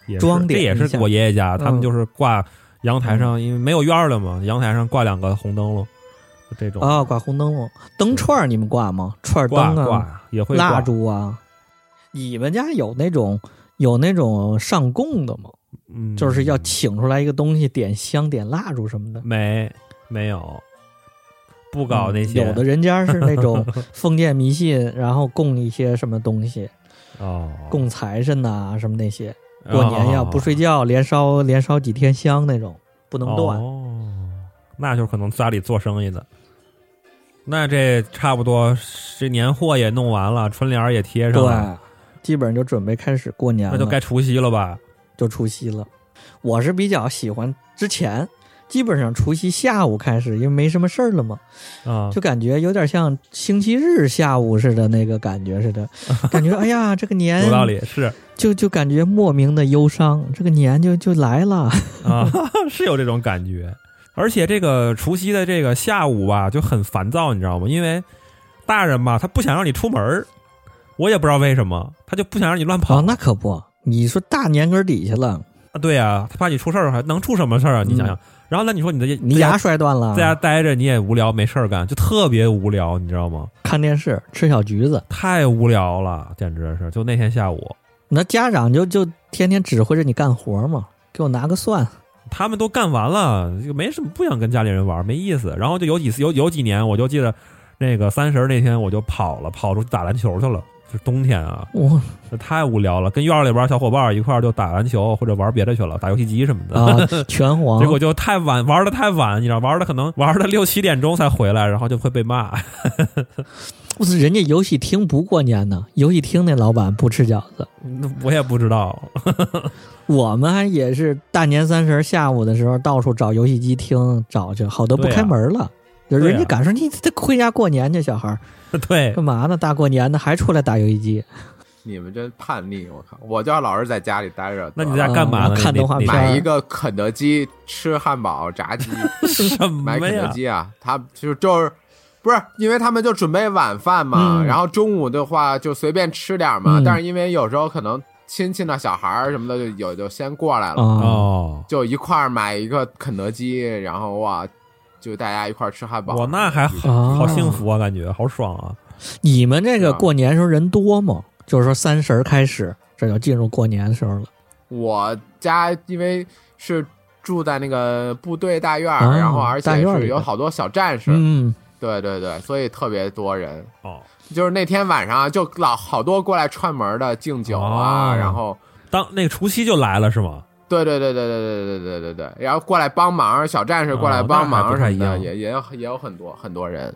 B: 也是
A: 装点
B: 这也
A: 一
B: 是
A: 下
B: 我爷爷家，他们
A: 嗯
B: 就是挂阳台上，因为没有院儿了嘛，阳台上挂两个红灯笼，就这种
A: 啊、挂红灯笼、灯串儿，你们挂吗？串儿灯
B: 挂
A: 啊，
B: 挂也会挂
A: 蜡烛啊。你们家有那种有那种上供的吗？
B: 嗯，
A: 就是要请出来一个东西，点香、点蜡烛什么的。
B: 没没有不搞那
A: 嗯
B: 些
A: 有的人家是那种 封建迷信，然后供一些什么东西，
B: 哦，
A: 供财神呐、啊什么那些。
B: 哦
A: 过年要不睡觉，连烧连烧几天香那种，不能断。
B: 哦，那就是可能家里做生意的。那这差不多，这年货也弄完了，春联儿也贴上了，
A: 对，基本上就准备开始过年了，
B: 那就该除夕了吧？
A: 就除夕了。我是比较喜欢之前，基本上除夕下午开始，因为没什么事儿了嘛。
B: 啊、
A: 就感觉有点像星期日下午似的那个感觉似 的，感觉哎呀，这个年
B: 有道理，是
A: 就就感觉莫名的忧伤，这个年就就来了。
B: 啊， 是有这种感觉。而且这个除夕的这个下午吧，就很烦躁，你知道吗？因为大人吧，他不想让你出门儿，我也不知道为什么，他就不想让你乱跑。
A: 哦，那可不，你说大年根儿底下了，
B: 啊对呀、他怕你出事儿，还能出什么事儿啊？你想想。然后呢，你说你的
A: 嗯你牙摔断了
B: 在，家待着，你也无聊，没事儿干，就特别无聊，你知道吗？
A: 看电视吃小橘子，
B: 太无聊了，简直是！就那天下午，
A: 那家长就就天天指挥着你干活嘛，给我拿个 蒜。
B: 他们都干完了，就没什么不想跟家里人玩，没意思。然后就有几次，有有几年，我就记得那个三十儿那天，我就跑了，跑出去打篮球去了，是冬天啊，
A: 我
B: 那太无聊了，跟院儿里边儿小伙伴儿一块儿就打篮球或者玩别的去了，打游戏机什么的。
A: 啊，拳皇
B: 结果就太晚，玩的太晚，你知道，玩的可能玩的六七点钟才回来，然后就会被骂。
A: 不是人家游戏厅不过年呢，游戏厅那老板不吃饺子，
B: 那我也不知道，
A: 我们还也是大年三十下午的时候到处找游戏机厅找去，好多不
B: 对呀
A: 开门了。
C: 啊
A: 就人
B: 对
A: 家
B: 呀
A: 敢说你这回家过年去，小孩儿
B: 对，
A: 干嘛呢？大过年的还出来打游戏机，
C: 你们真叛逆！我靠，我就要老是在家里待着。
B: 那你在干嘛呢？
A: 啊看
B: 你
A: 动画
B: 你
A: 片
C: 买一个肯德基吃汉堡、炸 鸡，
B: 什
C: 买
B: 么
C: 肯德
B: 呀？
C: 基啊，他就就是不是，因为他们就准备晚饭嘛，
A: 嗯
C: 然后中午的话就随便吃点嘛，
A: 嗯
C: 但是因为有时候可能亲戚呢、小孩儿什么的就有就先过来了，
A: 啊，
B: 哦，
C: 就一块儿买一个肯德基，然后哇，就大家一块儿吃汉堡。
B: 我那还好，
A: 啊
B: 好幸福啊，感觉好爽啊！
A: 你们这个
C: 是吧啊
A: 过年时候人多吗？就是说三十儿开始，这就进入过年的时候了。
C: 我家因为是住在那个部队大院儿，
A: 啊
C: 然后而
A: 大
C: 且
A: 院儿
C: 是
A: 里
C: 有
A: 的
C: 好多小战士，
A: 嗯，
C: 对对对，所以特别多人。
B: 哦，
C: 就是那天晚上啊就老好多过来串门的敬酒啊，
B: 哦
C: 然后
B: 当那个除夕就来了是吗？
C: 对对对对对对对对对对，然后过来帮忙，小战士过来
B: 哦
C: 帮忙
B: 那还不太
C: 什么
B: 一
C: 的，
B: 样
C: 也也有也有很多很多人，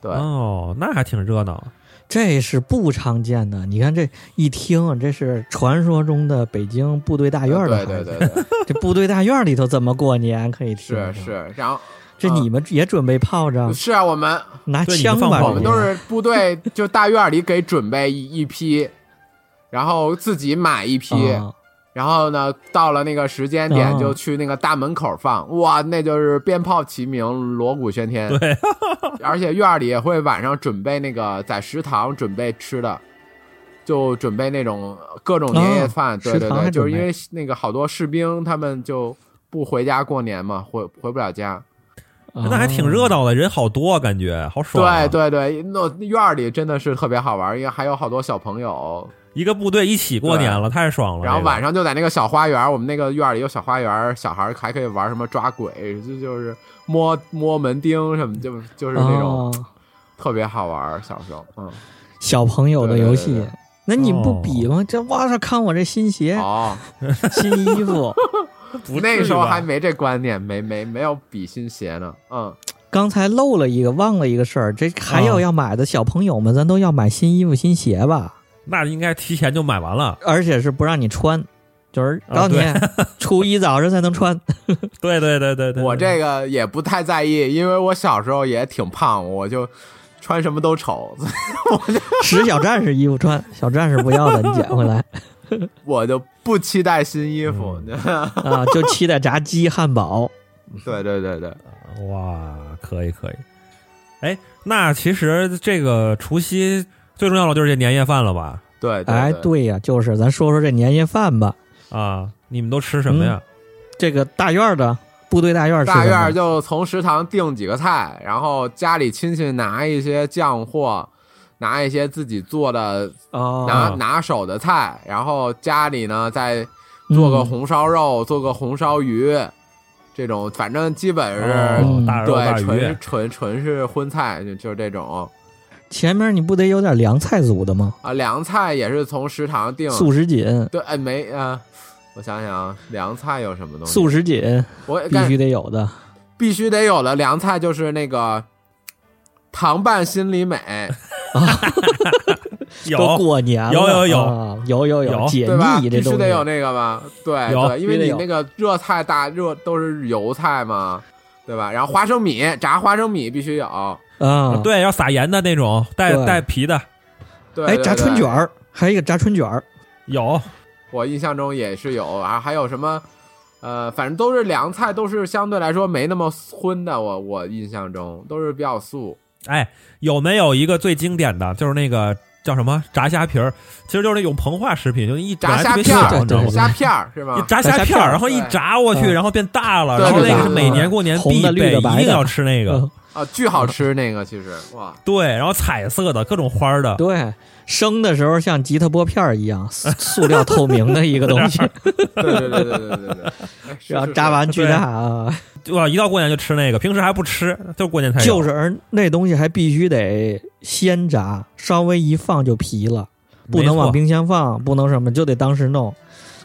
C: 对，
B: 哦，那还挺热闹。
A: 这是不常见的。你看这一听，这是传说中的北京部队大院儿的孩
C: 对
A: 子。
C: 对对 对，
A: 这部队大院里头怎么过年可以吃？
C: 是，啊是，然后
A: 这你们也准备炮仗，
C: 是啊，我们
A: 拿
B: 对你
A: 枪
B: 们放
A: 吧？
B: 炮
C: 我们
A: 人家
C: 都是部队，就大院里给准备一一批，然后自己买一批，
A: 啊
C: 然后呢，到了那个时间点
A: 啊
C: 就去那个大门口放，哇，那就是鞭炮齐鸣，锣鼓喧天。对，而且院儿里也会晚上准备那个在食堂准备吃的，就准备那种各种年夜饭。
A: 啊
C: 对对
A: 食堂还
C: 对，就是
A: 准备
C: 因为那个好多士兵他们就不回家过年嘛，回回不了家。
A: 哦
C: 嗯
B: 那还挺热闹的，人好多，啊感觉好爽、啊
C: 对，对对，那院儿里真的是特别好玩，因为还有好多小朋友，
B: 一个部队一起过年了，太爽了。
C: 然后
B: 这个
C: 晚上就在那个小花园儿，我们那个院儿里有小花园儿，小孩儿还可以玩什么抓鬼，这就是摸摸门钉什么，就就是那种
A: 哦
C: 特别好玩儿。小时候，嗯，
A: 小朋友的游戏
C: 对对对。
A: 那你不比吗？这哇塞，看我这新鞋、
C: 哦，
A: 新衣 服。
B: 哎不至于吧
C: 那时候还没这观念，没没没有比心鞋呢，嗯，
A: 刚才漏了一个，忘了一个事儿。这还有
B: 啊
A: 要买的小朋友们，咱都要买新衣服、新鞋吧？
B: 那应该提前就买完了。
A: 而且是不让你穿，就是
B: 啊
A: 当年 初一早上才能穿。
B: 对对对对对，
C: 我
B: 对
C: 这个也不太在意，因为我小时候也挺胖，我就穿什么都丑，
A: 使小战士衣服穿，小战士不要的，你捡回来
C: 我就不期待新衣服。
B: 嗯
A: 啊！就期待炸鸡、汉堡。
C: 对对对对，
B: 哇，可以可以。哎，那其实这个除夕最重要的就是这年夜饭了吧？
C: 对对
A: 哎，对呀、就是咱说说这年夜饭吧。
B: 啊，你们都吃什么呀？
A: 这个大院儿的部队大院儿是
C: 大
A: 什
C: 院
A: 么
C: 儿就从食堂订几个菜，然后家里亲戚拿一些酱货，拿一些自己做的拿、
A: 哦，
C: 拿手的菜，然后家里呢再做个
A: 嗯
C: 红烧肉，做个红烧鱼，这种反正基本是、
B: 哦
A: 嗯
B: 大肉大
C: 对纯
B: 鱼
C: 是，纯纯是荤菜，就就是这种
A: 前面你不得有点凉菜组的吗？
C: 啊凉菜也是从食堂订，
A: 素食锦，
C: 对哎没呃，我想想啊，凉菜有什么东西？
A: 素食锦
C: 我
A: 必
C: 干
A: 须得有的。
C: 必须得有的凉菜就是那个糖拌心 里美，
A: 都
B: 有
A: 过年了，
B: 有有有
A: 啊有有
B: 有
A: 解
C: 对吧？
A: 腻这
C: 必须
A: 东西
C: 得有那个吧？对
B: 有
C: 对，因为
A: 必须得
C: 你
A: 有
C: 那个热菜大热都是油菜嘛，对吧？然后花生米炸花生米必须有，
A: 啊，
B: 呃对，要撒盐的那种，带
A: 对
B: 带皮的
C: 对，
A: 哎，
C: 对
A: 炸春，
C: 对
A: 卷儿，还有一个炸春卷儿，
B: 有。
C: 我印象中也是有，然后还有什么？呃，反正都是凉菜，都是相对来说没那么荤的。我我印象中都是比较素。
B: 哎，有没有一个最经典的，就是那个叫什么炸虾皮儿？其实就是那种膨化食品，就一炸
C: 炸虾
B: 特别
C: 片
B: 小
A: 对
C: 儿，
B: 你知道
A: 对
B: 吗
A: 对？
C: 虾片儿是
B: 一
C: 吗？
B: 炸虾
A: 炸虾
B: 片
A: 片
B: 儿，
A: 儿
B: 然后一
C: 对
B: 炸过去，
A: 嗯
B: 然后变大了，
C: 对
B: 然后那个是
A: 对
B: 每
A: 对
B: 年过年
A: 红
B: 必
A: 的绿
B: 备，
A: 的白
B: 一
A: 的
B: 定要吃那个
A: 嗯。
C: 啊，巨好吃那个，其实哇，
B: 对，然后彩色的各种花儿的，
A: 对，生的时候像吉他拨片儿一 样，塑塑料透明的一个东西，
C: 对对对对对对对，哎 是
A: 然后
C: 是
A: 炸
C: 是
A: 完巨大啊，
B: 哇，一到过年就吃那个，平时还不吃，就过年才有
A: 就是而那东西还必须得先炸，稍微一放就皮了，不能
B: 没错
A: 往冰箱放，不能什么，就得当时弄。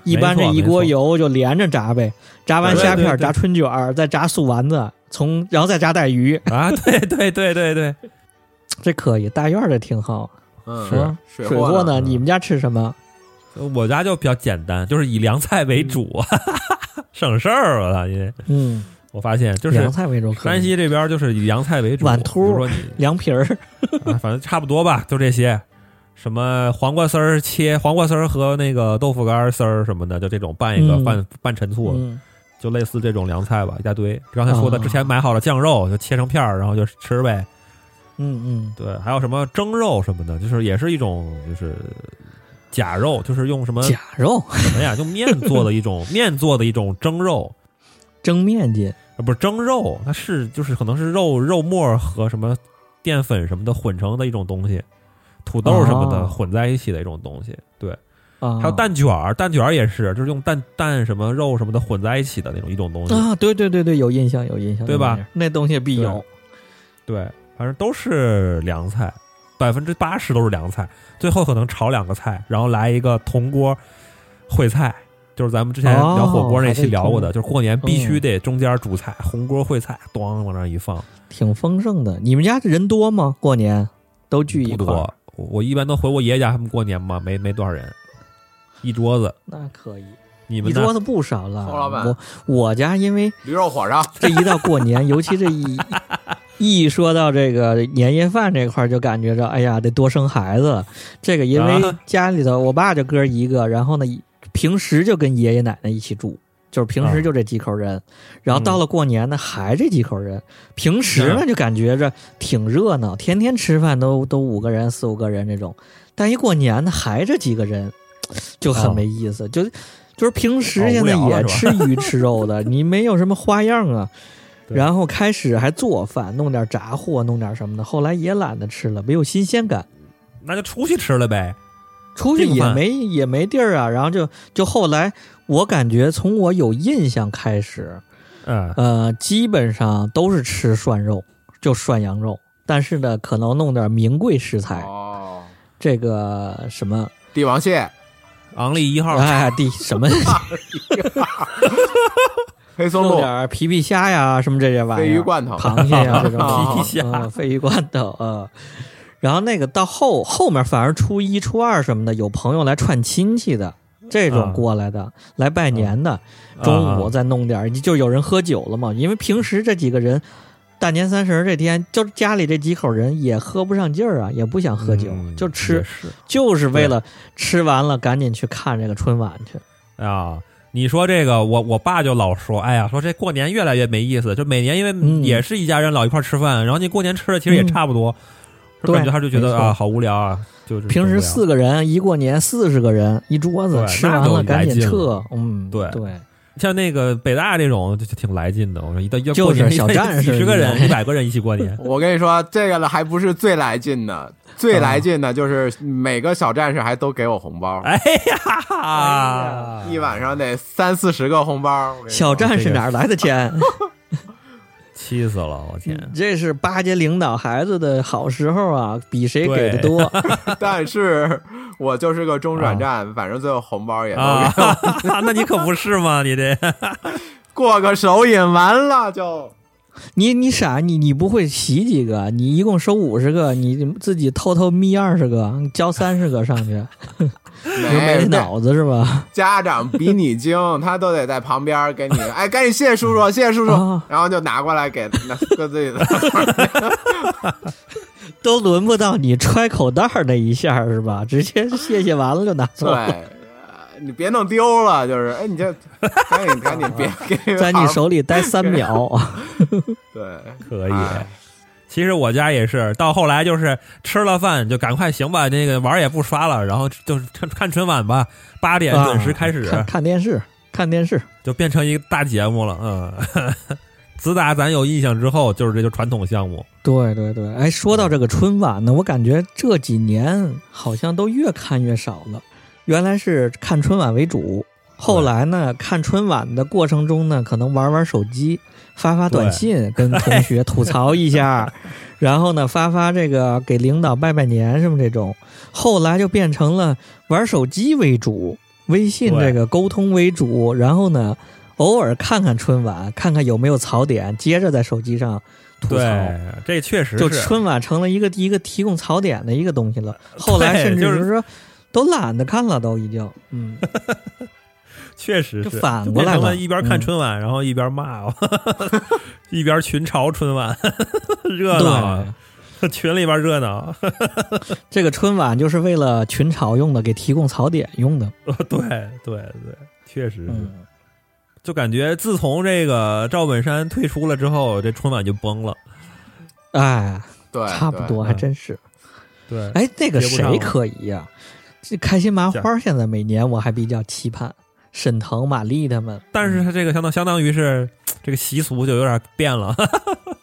A: 一般
B: 没
A: 这
B: 错
A: 一锅油就连着炸呗，炸完
B: 对
A: 虾
B: 对
A: 片儿
B: 对
A: 炸春卷儿，再炸素丸子，从然后再炸带鱼，
B: 啊，对对对对对，
A: 这可以。大院儿的挺好。
C: 嗯，
B: 是
A: 啊
C: 水
A: 水
C: 货
A: 货呢？
B: 嗯
A: 你们家吃什么？
B: 我家就比较简单，就是以凉菜为主，哈， 省事儿了。因为
A: 嗯，
B: 我发现 就
A: 凉
B: 是
A: 菜为主，可以
B: 山西这边就是以凉菜为主，
A: 碗秃
B: 比如说你
A: 凉皮儿。嗯
B: 啊，反正差不多吧，就这些。什么黄瓜丝儿切黄瓜丝儿和那个豆腐干儿丝儿什么的，就这种拌一个
A: 嗯
B: 拌拌陈醋，
A: 嗯，
B: 就类似这种凉菜吧，一大堆。刚才说的
A: 啊
B: 之前买好了酱肉，就切成片儿，然后就吃呗。
A: 嗯嗯，
B: 对，还有什么蒸肉什么的，就是也是一种就是假肉，就是用什么
A: 假肉
B: 什么呀，用面做的 一种面做的一种蒸肉，
A: 蒸面筋，
B: 啊不是蒸肉，它是就是可能是肉肉末儿和什么淀粉什么的混成的一种东西，土豆什么的
A: 哦
B: 混在一起的一种东西。对，
A: 啊，
B: 还有蛋卷儿，蛋卷儿也是，就是用蛋蛋什么肉什么的混在一起的那种一种东西。
A: 啊，对对对对，有印象有印象，
B: 对吧
A: 有印象？那东西必有
B: 对。对，反正都是凉菜，百分之八十都是凉菜，最后可能炒两个菜，然后来一个铜锅烩菜，就是咱们之前
A: 哦
B: 聊火锅那
A: 还
B: 期
A: 得
B: 聊过的，
A: 铜
B: 就是过年必须
A: 嗯
B: 得中间主菜，红锅烩菜，咣往那儿一放，
A: 挺丰盛的。你们家人多吗？过年都聚一
B: 不
A: 块儿，
B: 多。我我一般都回我爷爷家，他们过年嘛，没没多少人，一桌子。
A: 那可以，
B: 你
A: 一
B: 们呢
A: 桌？子不少了。
C: 侯老板
A: 我我家因为
C: 驴肉火烧，
A: 这一到过 年，尤其这一一说到这个年夜饭这块儿，就感觉着哎呀，得多生孩子。这个因为
B: 啊
A: 家里头我爸就哥一个，然后呢，平时就跟爷爷奶奶一起住。就是平
B: 啊
A: 时就这几口人，然后
B: 嗯
A: 到了过年呢，还这几口人。平时
B: 啊
A: 呢就感觉着挺热闹，天天吃饭都都五个人、四五个人这种，但一过年呢还这几个人，就很
B: 哦
A: 没意思。就就是平
B: 哦
A: 时
B: 无
A: 现在
B: 聊了
A: 也
B: 是
A: 吃鱼吃肉 的，你没有什么花样啊。
B: 对
A: 然后开始还做饭，弄点炸货，弄点什么的，后来也懒得吃了，没有新鲜感。
B: 那就出去吃了呗。
A: 出去
B: 订
A: 也
B: 饭
A: 没也没地儿啊，然后就就后来，我感觉从我有印象开始，
B: 嗯，
A: 呃，基本上都是吃涮肉，就涮羊肉，但是呢，可能弄点名贵食材，
C: 哦，
A: 这个什么，
C: 帝王蟹、
B: 昂立一号，
A: 哎，第什 么
C: 黑松
A: 弄
C: 露、
A: 点皮皮虾呀，什么这些玩意儿，
C: 鲱鱼罐头，
A: 螃蟹呀、这种
B: 啊皮皮虾
A: 嗯鲱鱼罐头啊、嗯然后那个到后后面反而初一、初二什么的，有朋友来串亲戚的，这种
B: 啊
A: 过来的、来拜年的，
B: 啊
A: 中午再弄点儿，就有人喝酒了嘛。因为平时这几个人，大年三十儿这天，就是家里这几口人也喝不上劲儿啊，也不想喝酒，
B: 嗯
A: 就吃
B: 也，是
A: 就是为了吃完了赶紧去看这个春晚去。
B: 啊。你说这个，我我爸就老说，哎呀，说这过年越来越没意思，就每年因为
A: 嗯
B: 也是一家人老一块儿吃饭，然后你过年吃的其实也差不多，就
A: 对
B: 感觉他就觉
A: 没
B: 得
A: 错
B: 啊，好无聊啊，就是
A: 平时四个人一过年四十个人一桌子
B: 对，
A: 吃
B: 那
A: 完
B: 都
A: 了赶
B: 来
A: 紧
B: 劲
A: 撤。嗯，
B: 对
A: 对。
B: 像那个北大这种就就挺来劲的，我说一到要
A: 就是
B: 过年
A: 小战士
B: 几十个
A: 你知
B: 人、
A: 道
B: 一百个人一起 过年
C: 我跟你说，这个还不是最来劲的，最来劲的就是每个小战士还都给我红包，
A: 哎
B: 哎啊，
C: 一晚上得三四十个红包。我跟你说
A: 小战士哪儿来的钱？
B: 气死了，我天！
A: 这是巴结领导孩子的好时候啊，比谁给的多。
C: 但是我就是个中转
A: 啊
C: 站，反正最后红包也
A: 嗯
C: 都
B: 啊
C: 给，
B: 那你可不是嘛，你这
C: 过个手瘾，完了就
A: 你你傻，你你不会洗几个？你一共收五十个，你自己偷偷眯二十个，交三十个上去，你就没
C: 没
A: 这脑子是吧？
C: 家长比你精，他都得在旁边给你，哎，赶紧谢谢叔叔，谢谢叔叔，
A: 啊
C: 然后就拿过来给那搁自己的。
A: 都轮不到你揣口袋儿那一下儿是吧？直接谢谢完了就拿走
C: 对，。呃 你别弄丢了，就是，哎，你这赶紧赶紧别给
A: 在你手里待三秒，
C: 对，
B: 可以。
C: 哎
A: 啊
B: 其实我家也是，到后来就是吃了饭就赶快行吧，那个玩儿也不刷了，然后就是看看春晚吧，八点
A: 啊
B: 准时开始，
A: 看看电视，看电视。
B: 就变成一个大节目了。嗯， 自打咱有印象之后，就是这就传统项目。
A: 对对对，哎，说到这个春晚呢，我感觉这几年好像都越看越少了。原来是看春晚为主，后来呢，看春晚的过程中呢，可能玩玩手机，发发短信，跟同学吐槽一下，然后呢，发发这个给领导拜拜年什么这种。后来就变成了玩手机为主，微信这个沟通为主，然后呢，偶尔看看春晚，看看有没有槽点，接着在手机上吐槽。
B: 对，这确实。
A: 就是春晚成了一个一个提供槽点的一个东西 了。后来甚至
B: 就是
A: 说都懒得看了，都已经， 嗯，
B: 确实是
A: 就反过来了嗯
B: 就变成了一边看春晚，然后一边骂我， 一边群嘲春晚， 热闹啊， 群里边热闹，啊
A: 这个春晚就是为了群嘲用的，给提供槽点用的。
B: 对对对，确实是。
A: 嗯，
B: 就感觉自从这个赵本山退出了之后，这春晚就崩了。
A: 哎，
C: 对，
A: 差不多，
B: 对
A: 还真是。
B: 对，
A: 哎，那个
B: 嗯接不上
A: 谁
B: 了
A: 可以呀、这开心麻
B: 这
A: 花现在每年我还比较期盼，沈腾、马丽他们。
B: 但是他这个相当相当于是这个习俗就有点变了。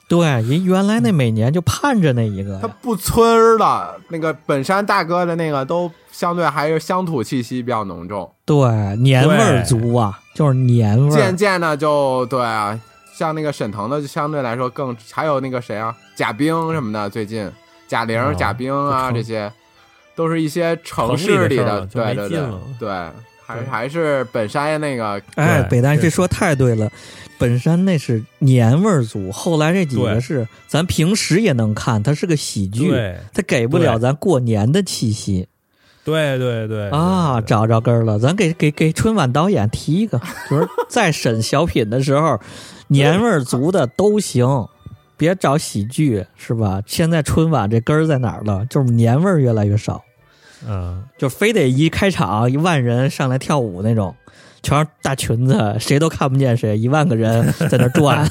A: 对，人原来那
B: 嗯
A: 每年就盼着那一个呀
C: 他不村儿了。那个本山大哥的那个都相对还是乡土气息比较浓重，
A: 对，年味儿足啊，就是年味
C: 渐
A: 儿。
C: 渐的就对啊，像那个沈腾的就相对来说更，还有那个谁啊，贾冰什么的，最近贾玲、
B: 哦
C: 贾冰啊
B: 就成
C: 这些，都是一些城市里的，
B: 城
C: 对
B: 里的事儿了就没
C: 对
B: 劲
C: 对
B: 了
C: 对，还
B: 对
C: 还是本山那个
A: 哎，
B: 对
A: 北大
B: 确
A: 这
B: 实
A: 说太对了，本山那是年味儿足，后来这几个
B: 对
A: 是咱平时也能看，它是个喜剧，
B: 对
A: 它给不
B: 对
A: 了咱过年的气息
B: 对对对
A: 啊。
B: 对
A: 找着根儿了，咱给给给春晚导演提 一个，就是在审小品的时候，年味儿足的都行，别找喜剧是吧？现在春晚这根儿在哪儿了？就是年味儿越来越少。
B: 嗯，
A: 就非得一开场一万人上来跳舞那种，全是大裙子，谁都看不见谁，一万个人在那 转，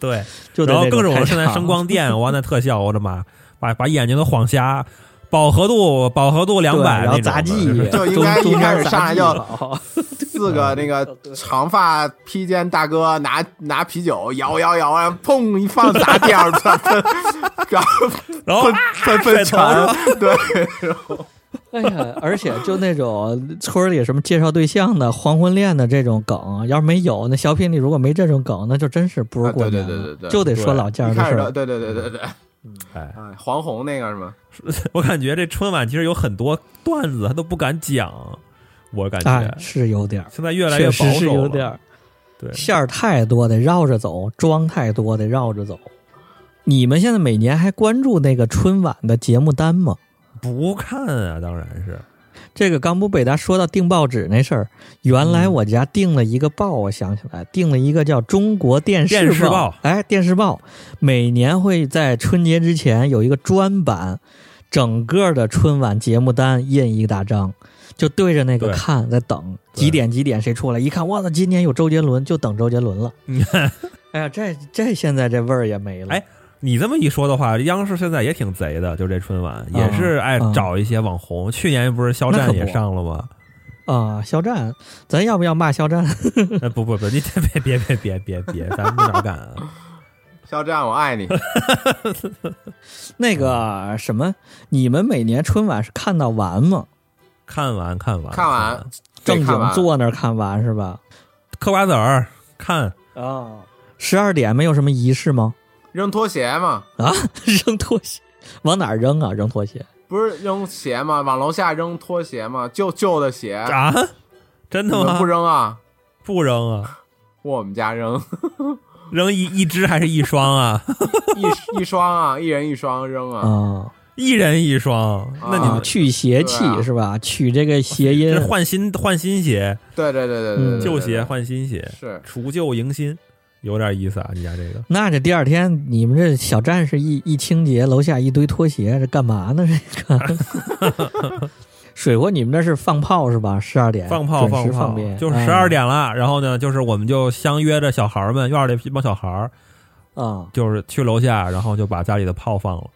B: 对。
A: 就得
B: 然后
A: 这
B: 更是
A: 种
B: 我
A: 开
B: 现在
A: 场
B: 声光电，我那特效，我的妈，把把眼睛都晃瞎，饱和度饱和度两
A: 对
B: 百，
A: 然后杂技，
C: 就
A: 中
C: 应该
A: 中
C: 一开始
A: 间
C: 上
A: 杂
C: 来
A: 技
C: 就
A: 跑
C: 四个那个长发披肩大哥拿拿啤酒摇摇摇，然后砰一放砸地上，然后
B: 然后
C: 喷喷
B: 甩
C: 喷
B: 头上
C: 泉，对，
A: 哎呀，而且就那种 村里什么介绍对象的、黄昏恋的这种梗，要是没有那小品里如果没这种梗，那就真是不是
C: 啊
A: 过
C: 对
A: 年
C: 对
A: 了，
C: 对对对
A: 就得说
B: 对
A: 老家儿
C: 一
A: 的
C: 开
A: 事
C: 始
A: 儿。
C: 对对对对对，
B: 哎，
C: 哎，黄宏那个是吗？
B: 我感觉这春晚其实有很多段子他都不敢讲，我感
A: 哎
B: 觉，
A: 是有点儿，
B: 现在越来越
A: 确
B: 保
A: 实是
B: 守
A: 有点
B: 了。
A: 儿。
B: 对，
A: 馅儿太多，得绕着走；装太多，得绕着走。你们现在每年还关注那个春晚的节目单吗？
B: 不看啊，当然是
A: 这个刚不北大说到订报纸那事儿，原来我家订了一个报，我想起来订了一个叫《中国电视报》。
B: 电视报
A: 哎，电视报每年会在春节之前有一个专版，整个的春晚节目单印一大张，就对着那个
B: 对
A: 看，在等
B: 对
A: 几点几点谁出来，一看，我操，今年有周杰伦，就等周杰伦 了。哎呀，这这现在这味儿也没了。
B: 嗯哎你这么一说的话，央视现在也挺贼的，就这春晚也是爱
A: 啊
B: 找一些网红。去年不是肖
A: 那可
B: 战
A: 不
B: 也上了吗？
A: 啊，肖战，咱要不要骂肖战？
B: 哎，不不不，你 别别别别别别，咱们哪敢啊？
C: 肖战，我爱你。
A: 那个什么，你们每年春晚是看到完吗？
B: 看完看完
C: 看完
A: 正
C: 得看
A: 经
C: 完
A: 坐那儿看完是吧？
B: 嗑瓜子儿，看哦
A: 啊，十二点没有什么仪式吗？
C: 扔拖鞋嘛，
A: 啊，扔拖鞋，往哪儿扔啊？扔拖鞋？
C: 不是扔鞋嘛，往楼下扔拖鞋嘛，旧旧的鞋，
B: 啊？真
C: 你
B: 的吗？
C: 们不扔啊？
B: 不扔啊？
C: 我们家扔
B: 扔一一只还是一双啊？
C: 一一双啊，一人一双扔啊。
A: 啊，
B: 一人一双？那你
A: 啊
B: 们
A: 去邪气
C: 对啊
A: 是吧？取这个谐音
B: 这。换新换新鞋，
C: 对对对对对对
A: 嗯
C: 对，
B: 旧鞋
C: 对
B: 换新鞋，
C: 是
B: 除旧迎新，有点意思啊！你家这个
A: 那这第二天你们这小战士一一清洁，楼下一堆拖鞋，这干嘛呢？这个 水货，你们这是放炮是吧？十二点
B: 放炮
A: 哎准
B: 放
A: 时
B: 炮
A: 鞭，啊
B: 就是十二点了。然后呢，就是我们就相约着小孩儿们，院儿里一帮小孩儿，
A: 啊。啊
B: 就是去楼下，然后就把家里的炮放了。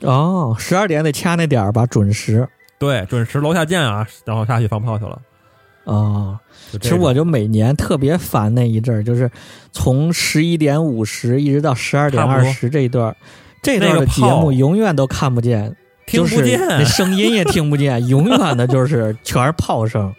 A: 哦，十二点得掐那点儿吧，准时
B: 对，准时楼下见啊！然后下去放炮去了。
A: 啊。
B: 就
A: 其
B: 这
A: 实
B: 种
A: 我就每年特别烦那一阵儿，就是从十一点五十一直到十二点
B: 差
A: 二
B: 不多
A: 十这一段儿，这段
B: 那
A: 儿
B: 个
A: 的节
B: 炮
A: 目永远都看不见，
B: 听不见
A: 就 是、那声音也听不见，永远的就是全是炮声。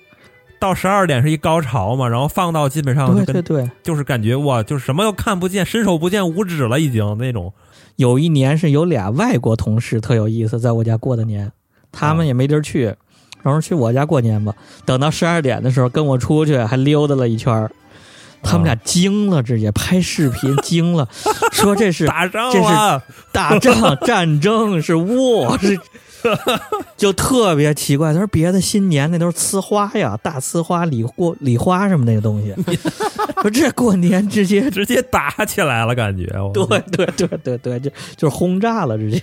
B: 到十二点是一高潮嘛，然后放到基本上就
A: 对
B: 跟
A: 对对，
B: 就是感觉哇，就是什么都看不见，伸手不见五指了，已经那种。
A: 有一年是有俩外国同事特有意思，在我家过的年，他们也没地儿去，然后去我家过年吧。等到十二点的时候，跟我出去还溜达了一圈儿，他们俩惊了，直接拍视频惊了，说这是
B: 打仗啊
A: 这
B: 了，
A: 打仗、战争，是 war，是 就特别奇怪。他说别的新年那都是呲花呀，大呲花、礼过礼花什么那个东 西，说这过年直接。
B: 直接打起来了，感觉。我
A: 对对对对对，就就是轰炸了，直接。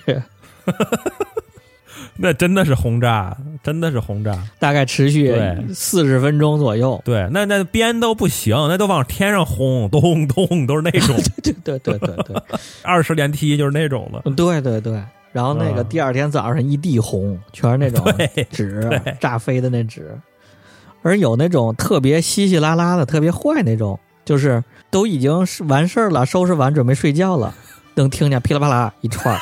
B: 那真的是轰炸，真的是轰炸。
A: 大概持续
B: 对
A: 四十分钟左右。
B: 对，那那鞭都不行，那都往天上轰，咚咚，都是那种
A: 对对对对对
B: 二十连踢，就是那种的。
A: 嗯对对对。然后那个
B: 嗯
A: 第二天早上一地红，全是那种
B: 对
A: 纸炸飞的那纸，而有那种特别稀稀拉拉的、特别坏那种，就是都已经是完事儿了，收拾完准备睡觉了，能听见噼里啪啦一串儿，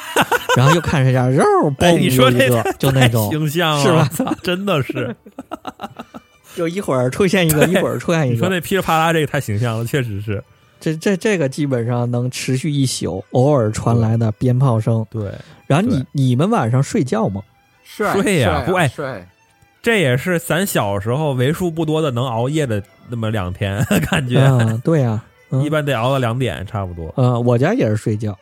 A: 然后又看谁家肉
B: 哎，
A: 嘣
B: 你
A: 又
B: 说
A: 一
B: 这
A: 个，就那
B: 太
A: 种，
B: 形象了，
A: 是吧
B: 吧？ 真的是，
A: 就一会儿出现一个，一会儿出现
B: 你
A: 一
B: 说
A: 个，
B: 那噼里啪啦这个太形象了，确实是。
A: 这这这个基本上能持续一宿，偶尔传来的鞭炮声。
B: 对，
A: 然后你
B: 对
A: 你们晚上睡觉吗？
C: 帅
B: 睡呀
C: 帅啊
B: 不哎
C: 帅，
B: 这也是咱小时候为数不多的能熬夜的那么两天， 感觉、
A: 啊，对呀、嗯
B: 一般得熬到两点差不多。
A: 呃，我家也是睡觉，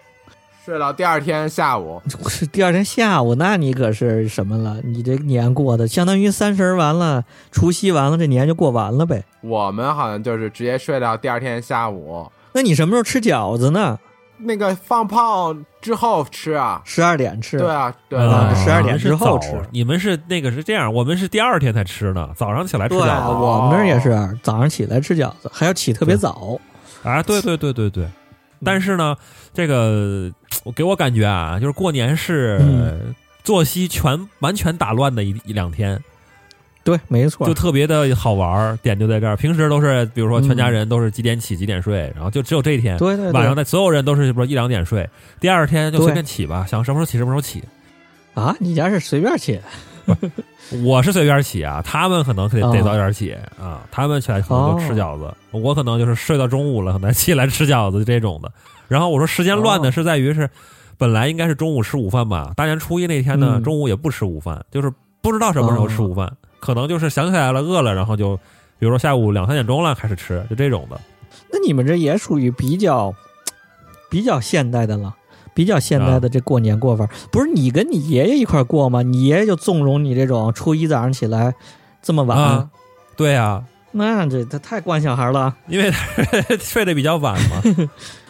C: 睡到第二天下午，
A: 是第二天下午，那你可是什么了？你这年过的相当于三十儿完了，除夕完了，这年就过完了呗。
C: 我们好像就是直接睡到第二天下午。
A: 那你什么时候吃饺子呢？
C: 那个放炮之后吃啊，
A: 十二点吃。
C: 对啊，对
A: 啊
C: 啊，
A: 12点之后
B: 你们是
A: 吃
B: 早你们是那个是这样，我们是第二天才吃呢，早上起来吃
A: 对，啊
B: 饺子
A: 我们那儿也是早上起来吃饺子，还要起特别
B: 对
A: 早。
B: 啊，对对对对对。
A: 嗯
B: 但是呢，这个我给我感觉啊，就是过年是、
A: 嗯
B: 作息全完全打乱的一一两天，
A: 对，没错
B: 就。特别的好玩儿。点就在这儿，平时都是比如说全家人都是几点起几点睡，然后就只有这一天
A: 对对
B: 晚上
A: 对
B: 的所有人都是不是一两点睡，第二天就随便起吧，想什么时候起什么时候起。
A: 啊！你家是随便起
B: 我是随便起啊，他们可能得
A: 啊
B: 得早点起啊，他们起来可能就吃饺子，
A: 哦
B: 我可能就是睡到中午了，可能起来吃饺子这种的。然后我说时间乱的
A: 哦
B: 是在于是，本来应该是中午吃午饭吧，大年初一那天呢，
A: 嗯哦
B: 中午也不吃午饭，就是不知道什么时候吃午饭，可能就是想起来了饿了，然后就比如说下午两三点钟了开始吃，就这种的。
A: 那你们这也属于比较比较现代的了，比较现代的这过年过法。
B: 啊
A: 不是你跟你爷爷一块儿过吗？你爷爷就纵容你这种初一早上起来这么晚，
B: 啊对呀、
A: 那这他太惯小孩了。
B: 因为 睡得比较晚 嘛，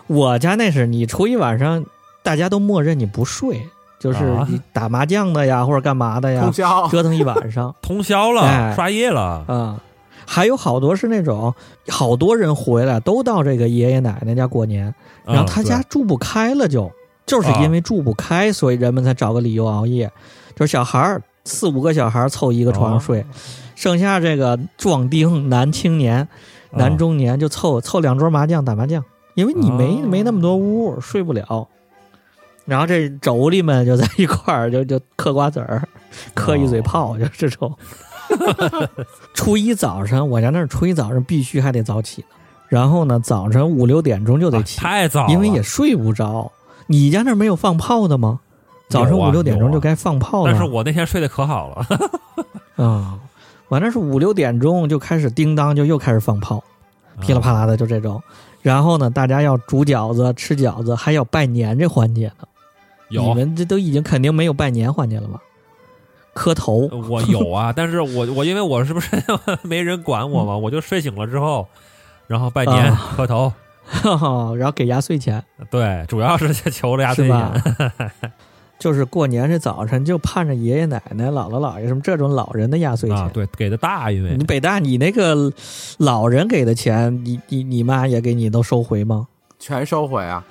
A: 我家那是你初一晚上大家都默认你不睡，就是
B: 啊
A: 你打麻将的呀，或者干嘛的呀
C: 通，宵。
A: 折腾一晚 上
B: 通宵了，
A: 哎
B: 刷夜了
A: 啊。。还有好多是那种，好多人回来都到这个爷爷奶奶家过年，然后
B: 嗯
A: 他
B: 对啊
A: 家住不开了就，就是因为住不开，所以人们才找个理由熬夜。就是小孩儿四五个小孩儿凑一个
B: 哦
A: 床上睡，剩下这个壮丁、男青
B: 啊
A: 年、男中年就凑、凑两桌麻将打麻将，因为你没、
B: 哦
A: 没那么多屋睡不了。然后这妯娌们就在一块儿就就 嗑瓜子
B: 哦
A: 儿，嗑一嘴炮，就这种。 初一早晨，我家那儿初一早晨必须还得早起呢，然后呢，早晨五六点钟就得
B: 啊
A: 起，
B: 太早了，
A: 因为也睡不着。你家那儿没有放炮的吗？早上
B: 有啊
A: 五六点钟
B: 有啊
A: 就该放炮了。
B: 但是我那天睡得可好 了，
A: 啊，我那是五六点钟就开始叮当，就又开始放炮，
B: 嗯
A: 噼里啪啦的就这种。然后呢，大家要煮饺子、吃饺子，还有拜年这环节呢。你
B: 有
A: 们这都已经肯定没有拜年环节了吧？磕头，
B: 我有啊， 但是我我因为我是不 是没人管我嘛，我就睡醒了之后，然后拜年
A: 嗯啊
B: 磕头，
A: 然后给压岁钱，
B: 对，主要是求着压岁
A: 是吧
B: 钱，？
A: 就是过年这早晨就盼着爷爷奶奶、姥姥姥爷什么这种老人的压岁钱。
B: 啊，对，给的大，因为
A: 你北大，你那个老人给的钱，你你你妈也给你都收回吗？
C: 全收回啊。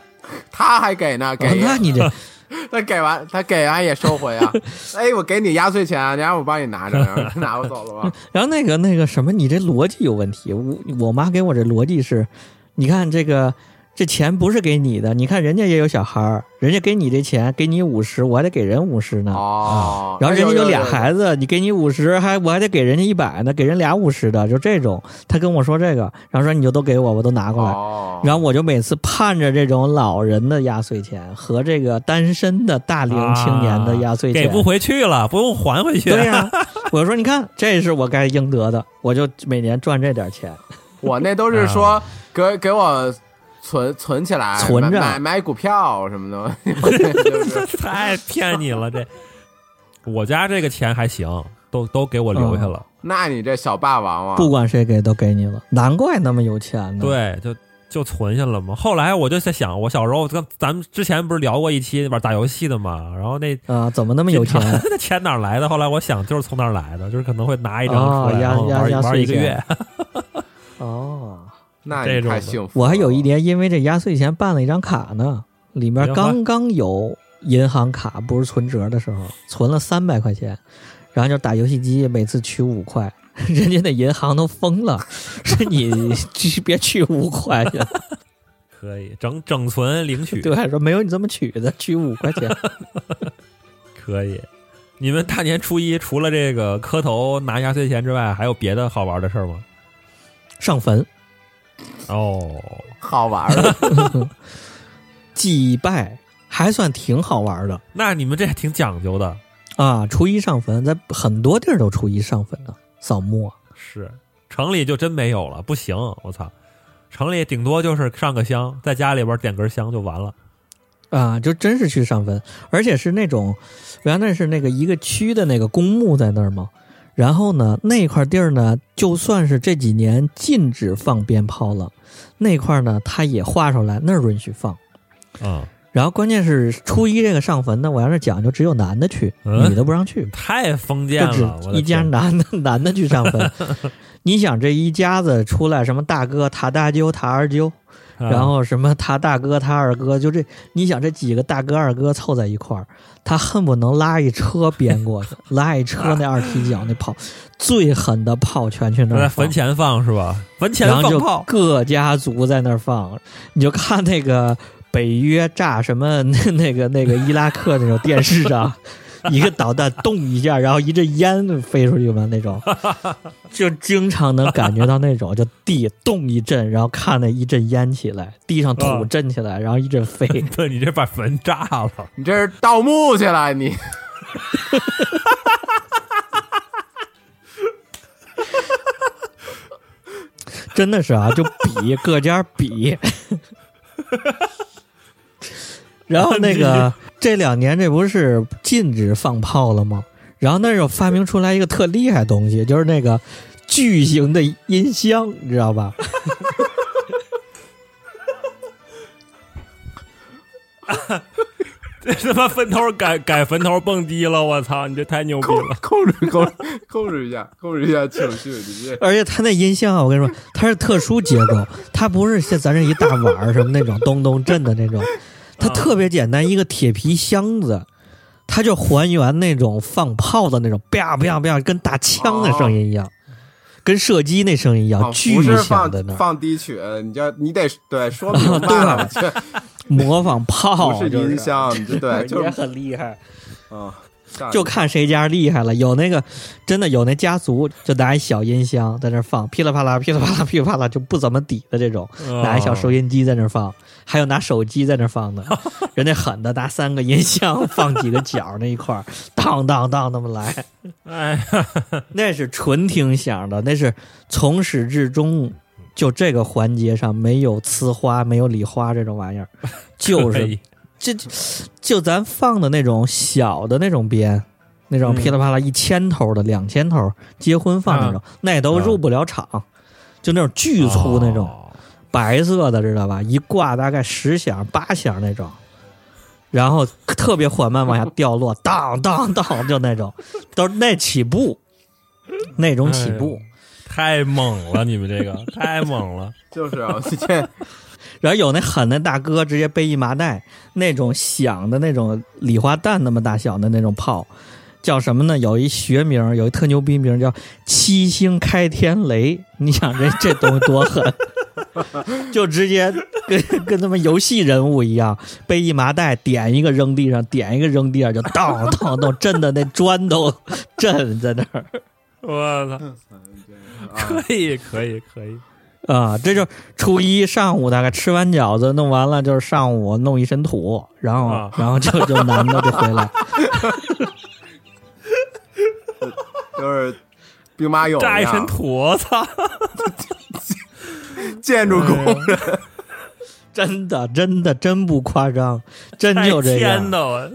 C: 他还给呢，
A: 啊
C: 给、
A: 那 你这
C: 他给完，他给完也收回 啊。哎，我给你压岁钱啊，你让我帮你拿着，然后拿我走了吧。
A: 然后那个那个什么，你这逻辑有问题。我我妈给我这逻辑是，你看这个这钱不是给你的，你看人家也有小孩儿，人家给你这钱，给你五十，我还得给人五十呢。啊
C: 哦，
A: 然后人家有俩
C: 子，
A: 孩子，你给你五十，还我还得给人家一百呢，给人俩五十的，就这种。他跟我说这个，然后说你就都给我，我都拿过来。
C: 哦，
A: 然后我就每次盼着这种老人的压岁钱和这个单身的大龄青年的压岁钱，
B: 给不回去了，不用还回去。
A: 对呀、我说你看，这是我该应得的，我就每年赚这点钱。
B: 啊
C: 我那都
A: 啊
C: 是说给给我存存起来，
A: 存着
C: 买买买股票什 么的，就是
B: 太骗你了，这我家这个钱还行，都都给我留下了。
C: 那你这小霸王啊，
A: 不管谁给都给你了，难怪那么有钱呢。，
B: 对，就就存下了嘛。后来我就在想，我小时候跟咱们之前不是聊过一期玩打游戏的嘛，然后那
A: 啊、怎么那么有 钱？
B: 那钱哪儿来的？后来我想，就是从那儿来的，就是可能会拿一张
A: 哦
B: 出来，
A: 压
B: 然后
A: 压
B: 玩
A: 压
B: 玩
A: 岁
B: 一个
A: 钱
B: 月。
A: 哦，
C: 那
B: 这
C: 你
B: 种
C: 太
B: 的
C: 幸福了。
A: 我还有一年因为这压岁钱办了一张卡呢，里面刚刚有银行卡不是存折的时候，存了三百块钱，然后就打游戏机，每次取五块。 人家那银行都疯了， 说你去别取五块 去，
B: 可以整整存领 取，
A: 对，说没有你这么取的，取五块钱。
B: 可以。你们大年初一除了这个磕头拿压岁钱之外，还有别的好玩的事儿吗？
A: 上坟
B: 哦，
C: 好玩儿，
A: 祭拜还算挺好玩的
B: 那你们这还挺讲究的，
A: 啊。初一上坟，在很多地儿都初一上坟呢，扫墓。啊
B: 是城里就真没有了，不行，我操！城里顶多就是上个香，在家里边点根香就完了。
A: 啊，就真是去上坟，而且是那种，原来是那个一个区的那个公墓在那儿嘛。然后呢，那块地儿呢，就算是这几年禁止放鞭炮了，那块儿呢，他也划出来那儿允许放。
B: 嗯，
A: 然后关键是初一这个上坟呢，我要是讲究只有男的去，
B: 嗯
A: 女的不让去，
B: 太封建
A: 就只
B: 了，我的
A: 一家
B: 天
A: 男的男的去上坟。你想这一家子出来，什么大哥、他大舅、他二舅，
B: 啊
A: 然后什么他大哥、他二哥，就这，你想这几个大哥二哥凑在一块儿，他恨不能拉一车鞭过去，拉一车那二踢脚那炮，最狠的炮全去那
B: 啊在
A: 儿
B: 坟
A: 放。
B: 前放是吧？坟前
A: 然后
B: 放
A: 就
B: 炮，
A: 各家族在那儿放，你就看那个北约炸什么 那那个那个伊拉克那种电视上， 一个导弹动一下，然后一阵烟飞出去嘛那 种，就经常能感觉到那种，就地动一阵，然后看那一阵烟起来，地上土
B: 啊
A: 震起来，然后一阵飞。
B: 对你这把坟炸了，
C: 你这是盗墓去了，你
A: 真的是啊，就比各家比。然后那个这两年这不是禁止放炮了吗？然后那儿又发明出来一个特厉害的东西，就是那个巨型的音箱，你知道吧？
B: 这 他妈坟头改改坟头蹦迪了，我操！你这太牛逼
C: 控
B: 了，
C: 控制控制控制一下，控制一下情绪，你这
A: 而且它那音箱啊，我跟你说，它是特殊结构，它不是像咱这一大碗儿什么那种咚咚震的那种，它特别简单，一个铁皮箱子，它就还原那种放炮的那种啪啪啪，跟打枪的声音一样，跟射击那声音一样，
C: 哦
A: 啊巨
C: 不是
A: 响
C: 放
A: 的那儿啊
C: 放低曲，你就你得对说明白了，这
A: 模仿炮，
C: 不是
A: 就是
C: 音箱，你这
B: 哎
C: 对 就
A: 也
C: 是
A: 很厉
B: 啊
A: 害。
C: 嗯，上来
A: 就看谁家厉害了。有那个真的有那家族，就拿一小音箱在那儿放，噼里啪啦、噼里啪啦、噼里啪啦，就不怎么底的这种，
B: 哦
A: 拿一小收音机在那儿放，还有拿手机在那儿放 的。人家狠的拿三个音箱放几个角那一块儿，当当当那么来，
B: 哎呀，
A: 那是纯听响的，那是从始至终。就这个环节上没有呲花，没有礼花这种玩意儿，就
B: 可
A: 是
B: 以
A: 这就就咱放的那种小的那种鞭，那种
B: 嗯啊
A: 噼里啪啦一千头的、两千头，结婚放那种，那都入不了场，就那种巨粗那种、
B: 哦
A: 白色的，知道吧？一挂大概十响、八响那种，然后特别缓慢往下掉落，当当当，就那种，都是那起步，那种起步。
B: 太猛了，你们这个太猛 了，
C: 就是啊你这
A: 然后有那狠的大哥直接背一麻袋，那种响的那种礼花弹那么大小的那种炮，叫什么呢？有一学名， 有一特牛逼名叫“七星开天雷”。你想这这东西多狠！ 就直接跟跟他们游戏人物一样，背一麻袋，点一个扔地上，点一个扔地上，就当当当，震的那砖都 震在那儿
B: 我操，
C: 啊
B: 可以可以可以，
A: 啊！这就是初一上午，大概吃完饺子弄完了，就是上午弄一身土，然后、
B: 啊
A: 然后就就男的就 回来，
C: 就是兵马俑
B: 炸一
C: 样
B: 身土，我操！
C: 建筑工
B: 哎
C: 人
A: 真的真的真不夸张，真
B: 太
A: 就这样
B: 天。的我，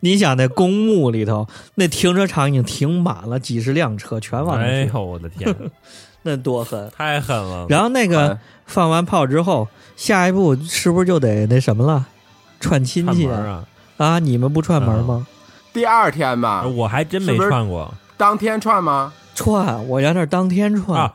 A: 你想那公墓里头，那停车场已经停满了几十辆车，全往那
B: 哎嗯
A: 去，
B: 呦我的天，
A: 那多狠！
B: 太狠了！
A: 然后那个
C: 哎
A: 放完炮之后，下一步是不是就得那什么了？串亲
B: 串
A: 戚
B: 门啊，
A: 啊？你们不串门吗？
C: 第二天吧，
B: 我还真
C: 是
B: 没
C: 不是
B: 串过
C: 当天串吗？
A: 串，我要那当天串。
B: 啊。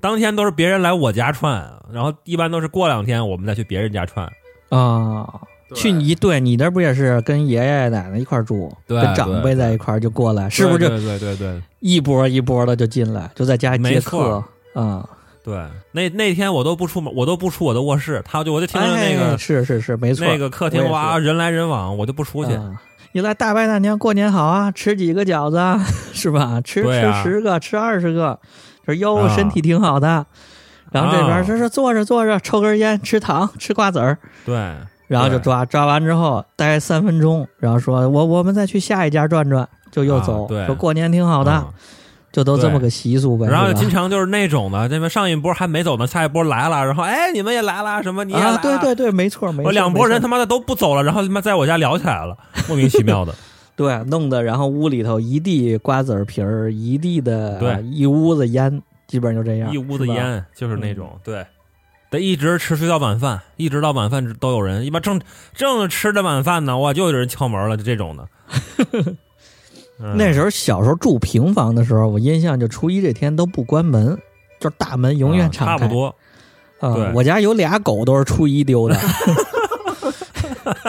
B: 当天都是别人来我家串，然后一般都是过两天我们再去别人家串。
A: 啊去
C: 对
A: 你对你那不也是跟爷爷奶奶一块儿住，
B: 对
A: 跟长辈
B: 对
A: 在一块儿就过来，是不是就
B: 对对对对
A: 一波一波的就进来，就在家接
B: 没错
A: 客啊？
B: 对，那那天我都不出门，我都不出我的卧室，他就我就听着那
A: 哎
B: 个
A: 是是是，没错，
B: 那个客厅
A: 我
B: 哇
A: 也
B: 人来人往，我就不出去。
A: 啊你来大伯大娘过年好啊，吃几个饺子啊 是吧？吃、
B: 对啊
A: 吃十个，吃二十个，说哟
B: 啊
A: 身体挺好的。然后这边
B: 啊
A: 说是坐着坐着抽根烟，吃糖，吃瓜子儿，
B: 对，
A: 然后就
B: 对
A: 抓抓完之后待三分钟，然后说我我们再去下一家转转，就又
B: 啊
A: 走。
B: 对
A: 说过年挺好的，
B: 嗯
A: 就都这么
B: 对
A: 个习俗呗。
B: 然后
A: 是吧啊
B: 经常就是那种的，这边上一波还没走呢，下一波来了，然后哎你们也来了，什么你也来
A: 啊，
B: 了，
A: 对对对，没错没错，
B: 我两拨人
A: 没
B: 他
A: 错
B: 妈的都不走了，然后他妈在我家聊 起来了，莫名其妙的。
A: 对弄的，然后屋里头一地瓜子儿皮儿，一地的
B: 对
A: 啊一屋子烟，基本上就这样，
B: 一屋
A: 是
B: 子
A: 吧嗯
B: 烟，就是那种对，得一直持续到晚饭，一直到晚饭都有人。一般正正吃着晚饭呢，哇，就有人敲门了，就这种 的。嗯
A: 那时候小时候住平房的时候，我印象就初一这天都不关门，就是大门永远
B: 啊
A: 敞开。
B: 差不多，
A: 啊、
B: 对
A: 我家有俩狗都是初一丢的，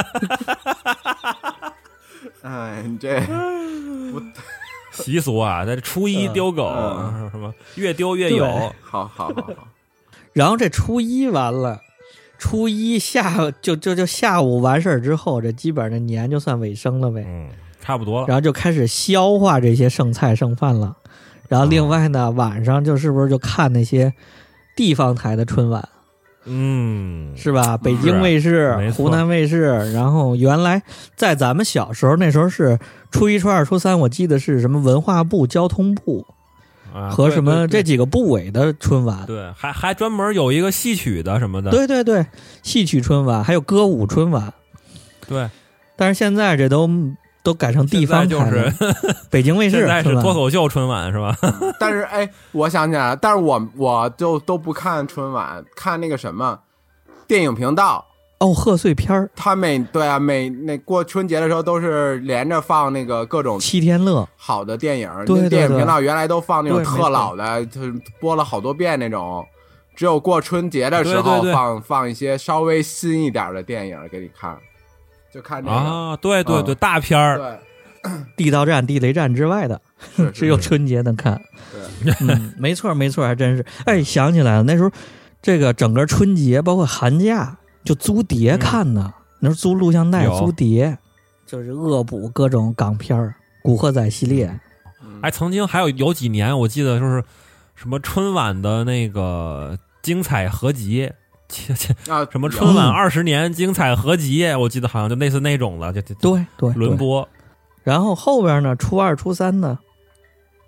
C: 哎，你这
B: 习俗啊，在初一
A: 嗯
B: 丢狗，
C: 嗯
B: 什么越丢越有
A: 对，
C: 好好好好，
A: 然后这初一完了，初一下午就就就下午完事儿之后，这基本上这年就算尾声了呗。
B: 嗯，差不多了。
A: 然后就开始消化这些剩菜剩饭了。然后另外呢，晚上就是不是就看那些地方台的春晚，
B: 嗯，
A: 是吧？北
B: 是
A: 京
B: 啊
A: 卫视、
B: 没错
A: 湖南卫视，然后原来在咱们小时候那时候是初一、初二、初三，我记得是什么文化部、交通部
B: 啊
A: 和
B: 对
A: 什么
B: 对
A: 这几个部委的春晚。
B: 对，还还专门有一个戏曲的什么的，
A: 对对对，戏曲春晚还有歌舞春晚，
B: 对，
A: 但是现在这都都改成地方
B: 现在
A: 台
B: 就是
A: 了，北京卫视
B: 现在是
A: 吧
B: 脱口秀春晚是吧？
C: 但是哎，我想起来了，但是我我就都不看春晚，看那个什么电影频道，
A: 哦，贺岁片儿
C: 他每对啊每那过春节的时候都是连着放那个各种
A: 《七天乐》
C: 好的电影，
A: 对
C: 那
A: 对
C: 电影
A: 对
C: 频道原来都放那种
A: 对没
C: 特
A: 错
C: 老的，就是播了好多遍那种。只有过春节的时候
B: 对对对
C: 放放一些稍微新一点的电影给你看，就看这个。
B: 啊，对
A: 嗯
B: 对对，大片儿，
C: 对，
A: 《地道战》《地雷战》之外的，
C: 是是
A: 只
B: 嗯
A: 有春节能看。
C: 对
A: 嗯，没错没错，还真是。哎，想起来了，那时候这个整个春节包括寒假就租碟看呢，那时候租录像带、
B: 嗯有
A: 租碟，就是恶补各种港片儿。《古惑仔》系列，
C: 嗯
B: 哎，曾经还有有几年，我记得就是什么春晚的那个精彩合集，切切
C: 啊，
B: 什么春晚
A: 嗯
B: 二十年精彩合集，我记得好像就类似那种了，就就
A: 对对
B: 轮。
A: 对
B: 播。
A: 然后后边呢，初二、初三呢，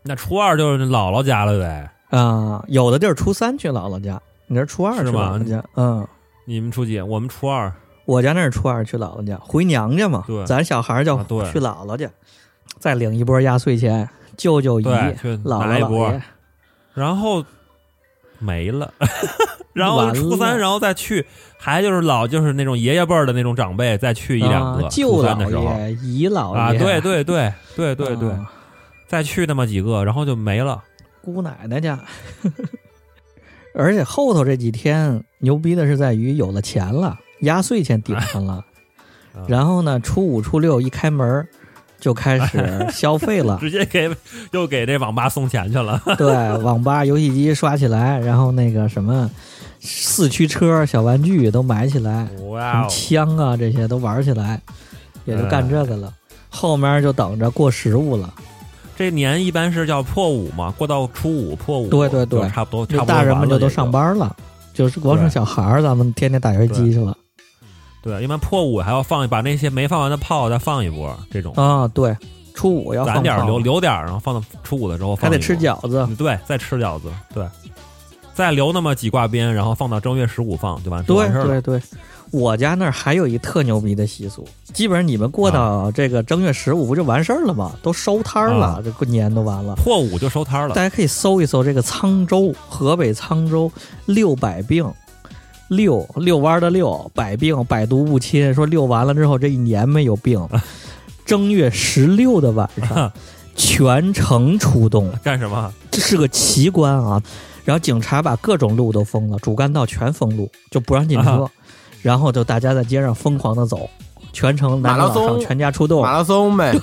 B: 那初二就是姥姥家了呗？
A: 啊，有的地儿初三去姥姥家，你这初二
B: 是
A: 去
B: 吗
A: 姥姥家，嗯，
B: 你们初几？我们初二。
A: 我家那是初二去姥姥家，回娘家嘛，
B: 对
A: 咱小孩儿叫
B: 啊对
A: 去姥姥家，再领一波压岁钱，舅舅姨、
B: 对
A: 姥
B: 去
A: 姥
B: 拿一波
A: 姥爷，啊
B: 然后没了，然后初
A: 完
B: 三，
A: 了
B: 然后再去，还就是老就是那种爷爷辈儿的那种长辈再去一两个，
A: 啊
B: 初
A: 舅
B: 三的时候
A: 姥爷、姨姥爷
B: 啊，对对对对对对，
A: 啊
B: 再去那么几个，然后就没了。
A: 姑奶奶家。 而且后头这几天牛逼的是在于有了钱了，压岁钱顶上了，
B: 啊
A: 然后呢，初五初六一开门儿，就开 始消费了。
B: 直接给又给这网吧送钱去了。
A: 对，网吧、游戏机刷起来，然后那个什么四驱车、小玩具都买起来，什
B: 哇
A: 么
B: 哦，
A: 枪啊这些都玩起来，也就干这个了。后面就等着过食物了，
B: 这年一般是叫破五嘛，过到初五破五，
A: 对对对
B: 就差不多，差
A: 就
B: 不多
A: 大人们
B: 完了
A: 就都
B: 这个
A: 上。班了，就是光剩
B: 对
A: 小孩儿，咱们天天打游戏机去了。
B: 对，一般破五还要放把那些没放完的炮再放一波，这种
A: 啊，对，初五要
B: 攒
A: 放
B: 点儿
A: 炮
B: 留留点儿，然后放到初五的时候
A: 还
B: 放
A: 得
B: 一波
A: 吃饺子。
B: 嗯对，再吃饺子，对，再留那么几挂鞭，然后放到正月十五放就完就
A: 对
B: 完事儿了。
A: 对对，我家那儿还有一特牛逼的习俗，基本上你们过
B: 啊
A: 到这个正月十五不就完事儿了吗？都收摊儿了，
B: 啊
A: 这过年都完了。
B: 破五就收摊儿了
A: 大，家可以搜一搜这个沧州，河北沧州六百病，六遛弯儿的六，百病百毒不侵。说遛完了之后这一年没有病，正月十六的晚上全城出动，
B: 干什么？
A: 这是个奇观啊！然后警察把各种路都封了，主干道全封路，就不让进车，然后就大家在街上疯狂的走，全程南
C: 马拉
A: 老上
C: 松
A: 全家出动，
C: 马拉松呗，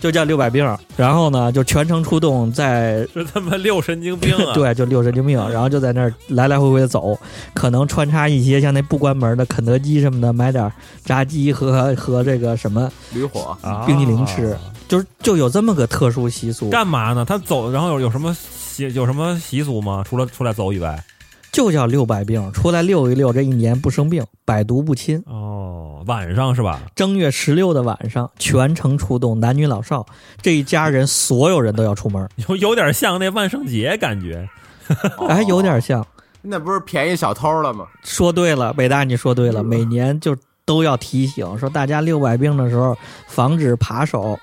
A: 就叫六百病。然后呢，就全程出动在，
B: 这他妈六神经病啊！
A: 对，就六神经病，然后就在那儿来来回回的走，可能穿插一些像那不关门的肯德基什么的，买点炸鸡和和这个什么，
C: 驴 火。
B: 啊，
A: 冰激凌吃就是就有这么个特殊习俗，
B: 干嘛呢？他走，然后有有什么习有什么习俗吗？除了出来走以外，
A: 就叫六百病，出来溜一溜，这一年不生病，百毒不侵。
B: 哦，晚上是吧？
A: 正月十六的晚上，全城出动，男女老少，这一家人所有人都要出门，
B: 有有点像那万圣节感觉，
A: 哎，有点像。
C: 哦那不是便宜小偷了吗？
A: 说对了，北大你说对了，每年就都要提醒说，大家六百病的时候，防止扒手，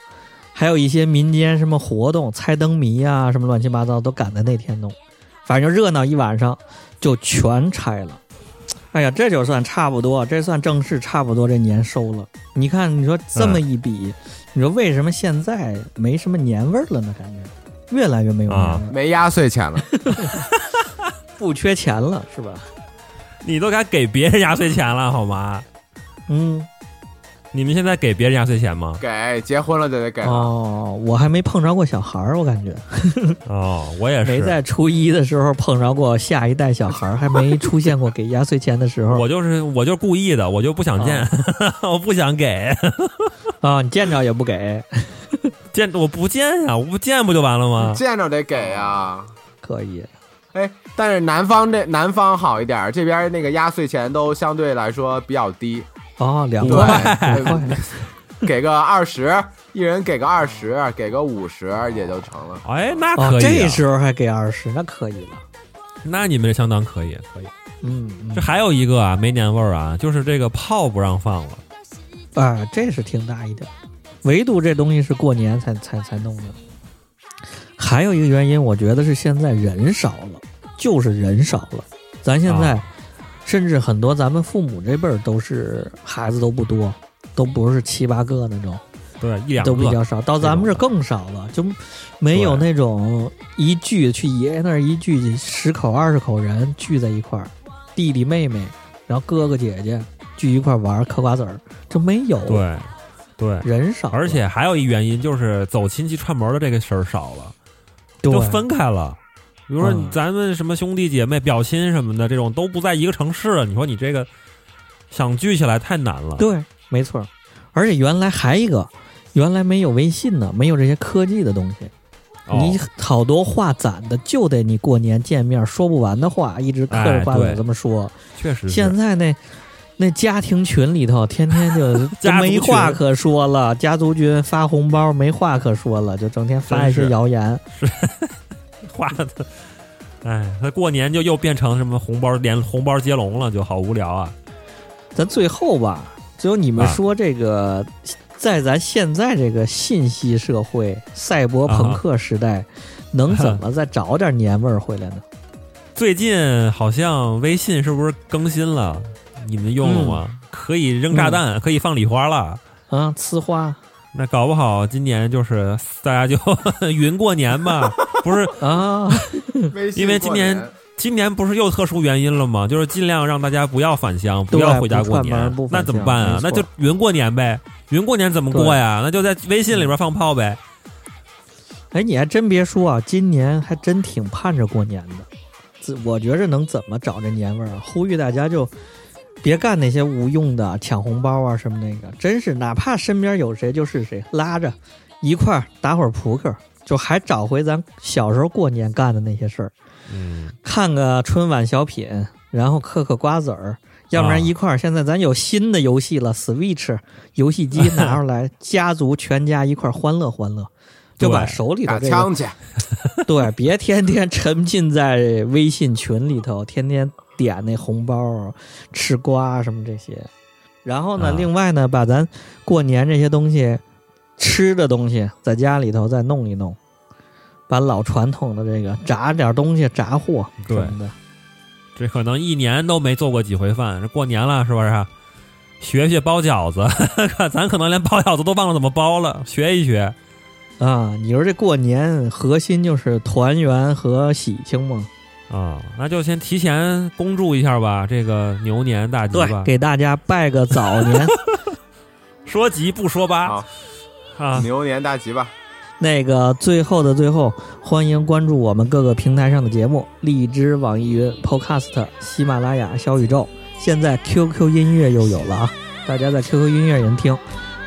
A: 还有一些民间什么活动，猜灯谜啊，什么乱七八糟都赶在那天弄，反正就热闹一晚上，就全拆了。哎呀，这就算差不多，这算正式差不多这年收了。你看，你说这么一比，你说为什么现在没什么年味儿了呢？感觉越来越没有年味儿
B: 啊
A: 了，
C: 没压 岁钱了，
A: 不缺钱了，是吧？
B: 你都敢给别人压岁钱了好吗？
A: 嗯，
B: 你们现在给别人压岁钱吗？
C: 给结婚了就得给。
B: 啊
A: 哦，我还没碰着过小孩儿，我感觉
B: 哦，我也
A: 没
B: 是，
A: 在初一的时候碰着过下一代小孩儿，还没出现过给压岁钱的时候
B: 我就是我就是故意的，我就不想见， 我不想给，
A: 啊，你见着也不给，
B: 见我不见呀、我不见不就完了
A: 嗯
B: 吗？
C: 见着得给啊。
A: 可以
C: 哎，但是南方这南方好一点儿，这边那个压岁钱都相对来说比较 低，
A: 哦，两
B: 五
A: 块
C: 块
A: 五块，
C: 给个二十，一人给个二十，给个五十也就成了。
B: 哎，那
A: 哦
B: 可，以、啊
A: 这时候还给二十，那可以了，
B: 那你们这相当可以，可以。
A: 嗯，嗯
B: 这还有一个啊，没年味儿啊，就是这个炮不让放了。
A: 啊，这是挺大一点儿，唯独这东西是过年才才才弄的。还有一个原因，我觉得是现在人少了，就是人少了，咱现在
B: 啊
A: 甚至很多咱们父母这辈儿都是孩子都不多，都不是七八个那种，
B: 对，一两
A: 都比
B: 个
A: 较少。到咱们这儿更少了，就没有那种一聚去爷爷那儿一聚十口二十口人聚在一块儿，弟弟妹妹，然后哥哥姐姐聚一块儿玩儿嗑瓜子儿，就没有。，
B: 对，对，
A: 人少了，
B: 而且还有一原因就是走亲戚串门的这个事儿少了，
A: 对
B: 就分开了。比如说
A: 嗯
B: 咱们什么兄弟姐妹、表亲什么的，这种都不在一个城市，你说你这个想聚起来太难了。
A: 对，没错儿。而且原来还一个，原来没有微信呢，没有这些科技的东西。
B: 哦
A: 你好多话攒的，就得你过年见面说不完的话，一直嗑着
B: 哎
A: 瓜子儿
B: 对
A: 这么说。
B: 确实是
A: 现在那那家庭群里头，天天就 就
B: 家族
A: 没话
B: 群
A: 可说了，家族群发红包没话可说了，就整天发
B: 真
A: 一些
B: 是
A: 谣言。
B: 画的，哎，他过年就又变成什么红包连红包接龙了，就好无聊啊！
A: 咱最后吧，只有你们
B: 啊
A: 说这个，在咱现在这个信息社会、赛博朋克时代，能怎么再找点年味儿回来呢？
B: 最近好像微信是不是更新了？你们用了吗？
A: 嗯
B: 可以扔炸弹，可以放礼花了。
A: 啊，呲花
B: 那搞不好今年就是 大家就云过年吧？不是，
A: 啊，
C: 微信
B: 因为今
C: 过年
B: 年今年不是又特殊原因了吗？就是尽量让大家不要返乡，
A: 对
B: 要回家过
A: 不串
B: 年
A: 门不，返乡
B: 那怎么办啊
A: 没？错
B: 那就云过年呗，云过年怎么过呀？那就在微信里边放炮呗。
A: 哎，你还真别说啊，今年还真挺盼着过年的。自我觉着能怎么找这年味儿啊？呼吁大家就别干那些无用的抢红包啊什么那个，真是哪怕身边有谁就是谁，拉着一块儿打会儿扑克，就还找回咱小时候过年干的那些事儿，
B: 嗯，
A: 看个春晚小品，然后嗑嗑瓜子儿。要不
B: 啊
A: 然一块儿，现在咱有新的游戏了，Switch 游戏机拿出来，家族全家一块儿欢乐欢 乐，就把
B: 对
A: 手里
C: 打
A: 的这个
C: 枪去，
A: 对，别天天沉浸在微信群里头，天天点那红包、吃瓜什么这些。然后呢，
B: 啊
A: 另外呢，把咱过年这些东西吃的东西，在家里头再弄一弄，把老传统的这个炸点东西、炸货什
B: 对
A: 么的，
B: 这可能一年都没做过几回饭，这过年了是不是？学学包饺子， 咱可能连包饺子都忘了怎么包了，学一学。
A: 啊，你说这过年核心就是团圆和喜庆嘛？
B: 啊、那就先提前恭祝一下吧，这个牛年大吉吧。
A: 给大家拜个早年。
B: 说吉不说八
C: 好，
B: 啊，
C: 牛年大吉吧！
A: 那个最后的最后，欢迎关注我们各个平台上的节目：荔枝、网易云、Podcast、喜马拉雅、小宇宙。现在 QQ 音乐又有了啊，大家在 QQ 音乐也能听。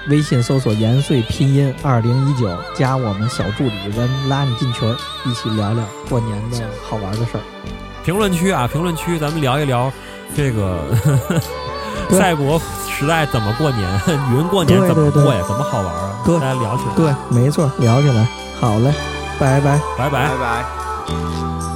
A: 微信搜索“延岁拼音二零一九”，加我们小助理，咱拉你进群儿，一起聊聊过年的好玩的事儿。
B: 评论区啊，评论区，咱们聊一聊这个
A: 对
B: 赛博时代怎么过年， 云过年
A: 对
B: 怎
A: 对
B: 么
A: 对
B: 过呀，怎么好玩啊？
A: 对
B: 大家聊起来。
A: 对，没错，聊起来。好嘞，拜拜。
B: 拜拜
C: 拜。拜。
D: 「